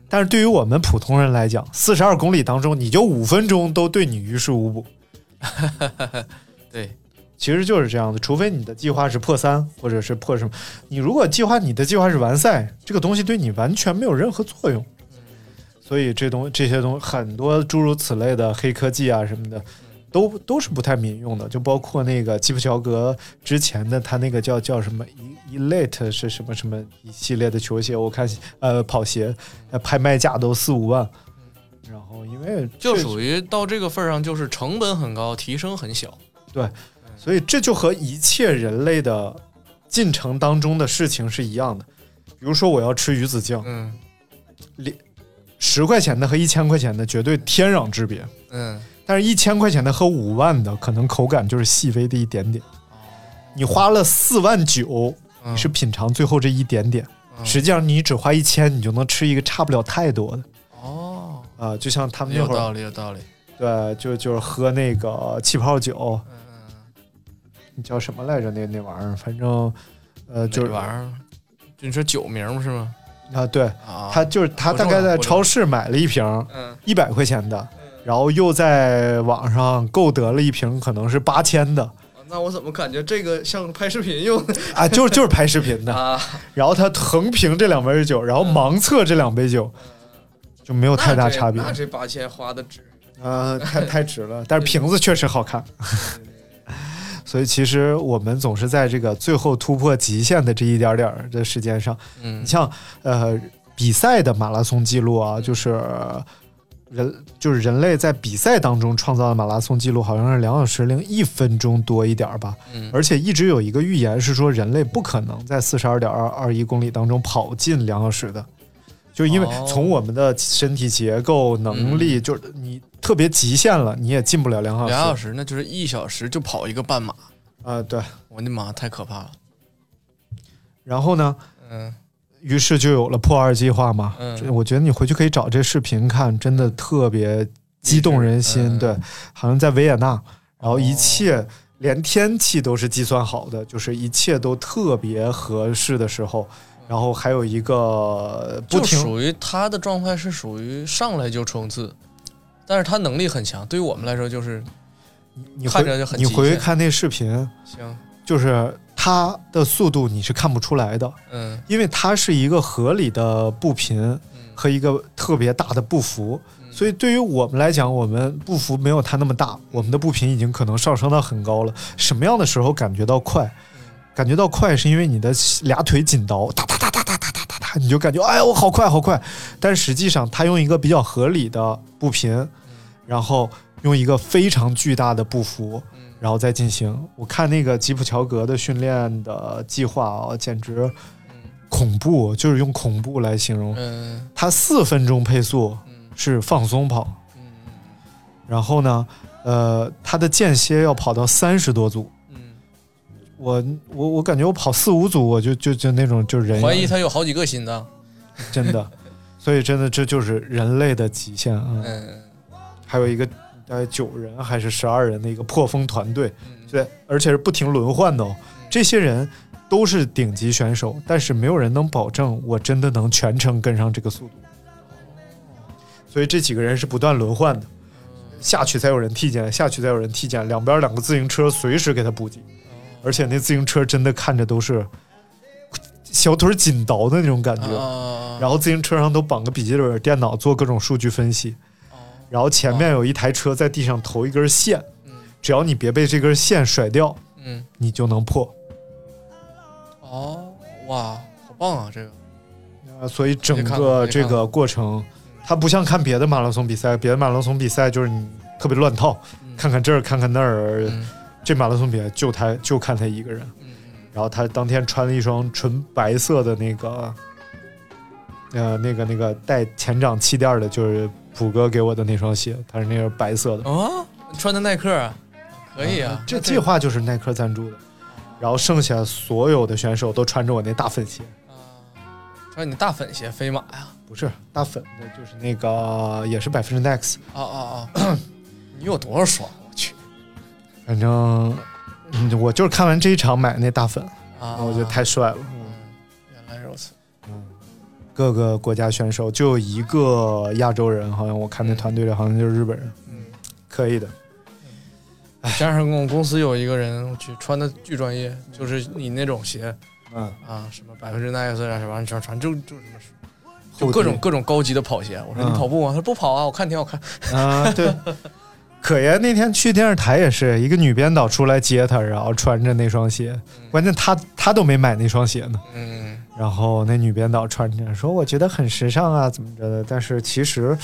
但是对于我们普通人来讲，四十二公里当中，你就五分钟都对你于事无补，
对，
其实就是这样的。除非你的计划是破三，或者是破什么，你如果计划你的计划是完赛，这个东西对你完全没有任何作用。所以这东这些东很多诸如此类的黑科技啊什么的，都都是不太民用的，就包括那个基普乔格之前的他那个叫叫什么 E- Elite 是什么什么一系列的球鞋，我看呃跑鞋呃拍卖价都四五万，然后因为
就
这
属于到这个份儿上，就是成本很高，提升很小。
所以这就和一切人类的进程当中的事情是一样的。比如说，我要吃鱼子酱，
嗯
十块钱的和一千块钱的绝对天壤之别。
嗯，
但是，一千块钱的和五万的，可能口感就是细微的一点点。你花了四万九，
嗯
你是品尝最后这一点点，
嗯
实际上你只花一千，你就能吃一个差不了太多的
哦，
啊、就像他们那
有
会儿
道，理，有道理。
对，就就是喝那个气泡酒，
嗯，
你叫什么来着？那那玩意儿，反正呃，就
这
是
玩意儿，就你说酒名是吗？
啊，对，
啊，
他就是他
我
大
中
概
了
在
我中
超市买了一瓶
嗯
一百块钱的，然后又在网上购得了一瓶可能是八千 的
哦那我怎么感觉这个像拍视频用的
啊，就是就是拍视频的。
啊？
然后他横评这两杯酒，然后盲测这两杯酒，
嗯
就没有太大差别。
这八千花的值。
啊，太太值了，但是瓶子确实好看。 所以其实我们总是在这个最后突破极限的这一点点儿的时间上，
嗯嗯
你像呃比赛的马拉松记录啊，就是人就是人类在比赛当中创造的马拉松记录，好像是两小时零一分钟多一点儿吧。
嗯
而且一直有一个预言是说，人类不可能在四十二点二二一公里当中跑进两小时的，就因为
哦
从我们的身体结构能力，
嗯
就是你特别极限了，你也进不了两小时。
两小时那就是一小时就跑一个半马，
啊、对。
我的妈，太可怕了。
然后呢，
嗯
于是就有了破二计划嘛。
嗯
这我觉得你回去可以找这视频看，真的特别激动人心。
励志嗯
对，好像在维也纳，然后一切、连天气都是计算好的，就是一切都特别合适的时候。然后还有一个不
嗯就
停
属于他的状态是属于上来就冲刺，但是他能力很强。对于我们来说就是
你
看
回
着就很
你
极
回去
限
看那视频，
行，
就是它的速度你是看不出来的，
嗯
因为它是一个合理的步频
嗯
和一个特别大的步幅，所以对于我们来讲，我们步幅没有它那么大，我们的步频已经可能上升到很高了。什么样的时候感觉到快？感觉到快是因为你的俩腿紧倒，哒哒哒哒哒哒哒哒哒，你就感觉哎呀我好快好快，但实际上它用一个比较合理的步频，然后用一个非常巨大的步幅，然后再进行。我看那个吉普乔格的训练的计划啊，简直恐怖，啊就是用恐怖来形容。
嗯
他四分钟配速
嗯
是放松跑，然后呢，呃，他的间歇要跑到三十多组。
嗯
我我我感觉我跑四五组，我就就就那种就人
嗯，怀疑他有好几个心脏。
真的，所以真的这就是人类的极限啊。
嗯
还有一个大概九人还是十二人的一个破风团队，
嗯
对，而且是不停轮换的、哦。这些人都是顶级选手，但是没有人能保证我真的能全程跟上这个速度。所以这几个人是不断轮换的，下去才有人替减，下去才有人替减，两边两个自行车随时给他补给，而且那自行车真的看着都是小腿紧倒的那种感觉。
啊，
然后自行车上都绑个笔记本电脑做各种数据分析，然后前面有一台车在地上投一根线，只要你别被这根线甩掉，
嗯
你就能破。
哦哇，好棒啊这个。
呃所以整
没看过
个
没看嗯
这
过
个过程，它不像看别的马拉松比赛，别的马拉松比赛就是你特别乱套，看看这儿看看那儿，
嗯
这这马拉松比赛就他就看他一个人，然后他当天穿了一双纯白色的那个，呃，那个那个带前掌气垫的，就是普哥给我的那双鞋，它是那个白色的。
啊，穿的耐克啊，可以啊，
这计划就是耐克赞助的，然后剩下所有的选手都穿着我那大粉鞋，
穿你大粉鞋飞马呀，
不是大粉的，就是那个也是百分之 E Next，
哦
啊
哦哦， 你有多少双？我去
反正、嗯我就是看完这一场买那大粉，
啊！
我觉得太帅了。
原来如此，
各个国家选手就有一个亚洲人，好像我看那团队里好像就是日本人，
嗯，
可以的。
加上我们公司有一个人，我去穿的巨专业，就是你那种鞋
嗯，
啊，什么百分之 Nike 啊，什么穿穿就就什么，
后退
就各种各种高级的跑鞋。我说
嗯
你跑步吗？他说不跑啊，我看挺好看。
啊，对。可爷那天去电视台也是一个女编导出来接他，然后穿着那双鞋，关键他他都没买那双鞋呢。
嗯，
然后那女编导穿着说：“我觉得很时尚啊，怎么着的？”但是其实，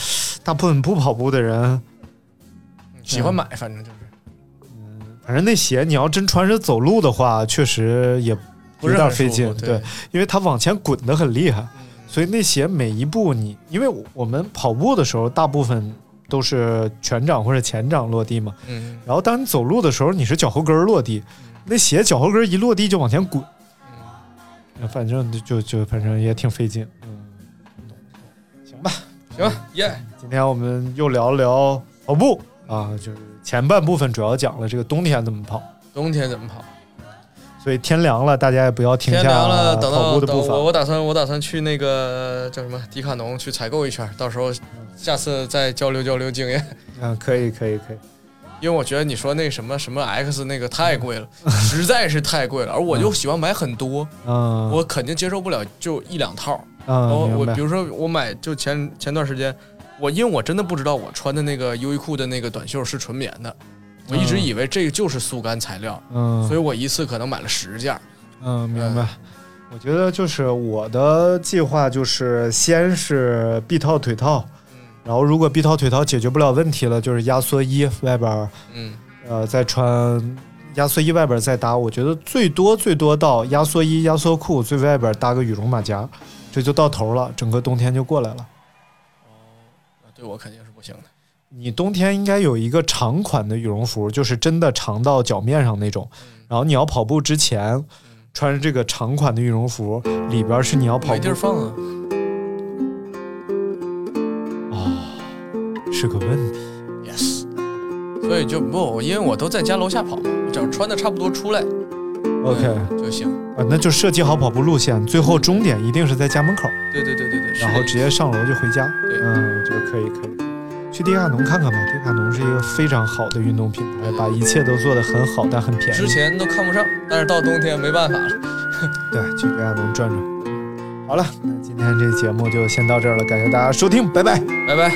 大部分不跑步的人，
嗯喜欢买，反正就是
反正那鞋你要真穿着走路的话，确实也
不
有
是
点
很
费
舒服
劲，
对，
因为它往前滚得很厉害。
嗯
所以那鞋每一步你，因为我们跑步的时候，大部分都是全掌或者前掌落地嘛。
嗯，
然后当你走路的时候，你是脚后跟儿落地，那鞋脚后跟儿一落地就往前滚，
嗯
反正就就就反正也挺费劲。行吧，
行耶。
今天我们又聊了聊跑步啊，就是前半部分主要讲了这个冬天怎么跑。
冬天怎么跑？
所以天凉了，大家也不要停
天
下呃
凉了，等
跑
到
步的
等
步伐。
我我打算我打算去那个叫什么迪卡侬去采购一圈，到时候下次再交流交流经验。
嗯，可以，可以，可以。
因为我觉得你说那什么什么 X 那个太贵了，实在是太贵了，而我就喜欢买很多，
嗯，
我肯定接受不了就一两套。我
嗯，
我
明
比
白。
如说我买就前前段时间，我因为我真的不知道我穿的那个优衣库的那个短袖是纯棉的，我一直
嗯
以为这个就是速干材料，
嗯，
所以我哎一次可能买了十件。
嗯，明白。我觉得就是我的计划就是先是臂套、腿套，
嗯
然后如果臂套、腿套解决不了问题了，就是压缩衣外边儿，
嗯
呃，再穿压缩衣外边儿再搭。我觉得最多最多到压缩衣、压缩裤最外边儿搭个羽绒马甲，这就到头了，整个冬天就过来了。
对我肯定是不行的。
你冬天应该有一个长款的羽绒服，就是真的长到脚面上那种。
嗯
然后你要跑步之前，穿着这个长款的羽绒服，里边儿是你要跑
没
步
地儿放啊。
啊是个问题。
Yes。所以就不，我因为我都在家楼下跑嘛，我只要穿的差不多出来
OK，
嗯就行。
啊，那就设计好跑步路线，最后终点一定是在家门口，
对对对对对，是
然后
的
直接上楼就回家。
对
嗯，我觉得可以可以。去迪卡侬看看吧，迪卡侬是一个非常好的运动品牌，把一切都做得很好，但很便宜
之。前都看不上，但是到冬天没办法了。
对，去迪卡侬转转。好了，那今天这节目就先到这儿了，感谢大家收听，拜拜。
拜拜。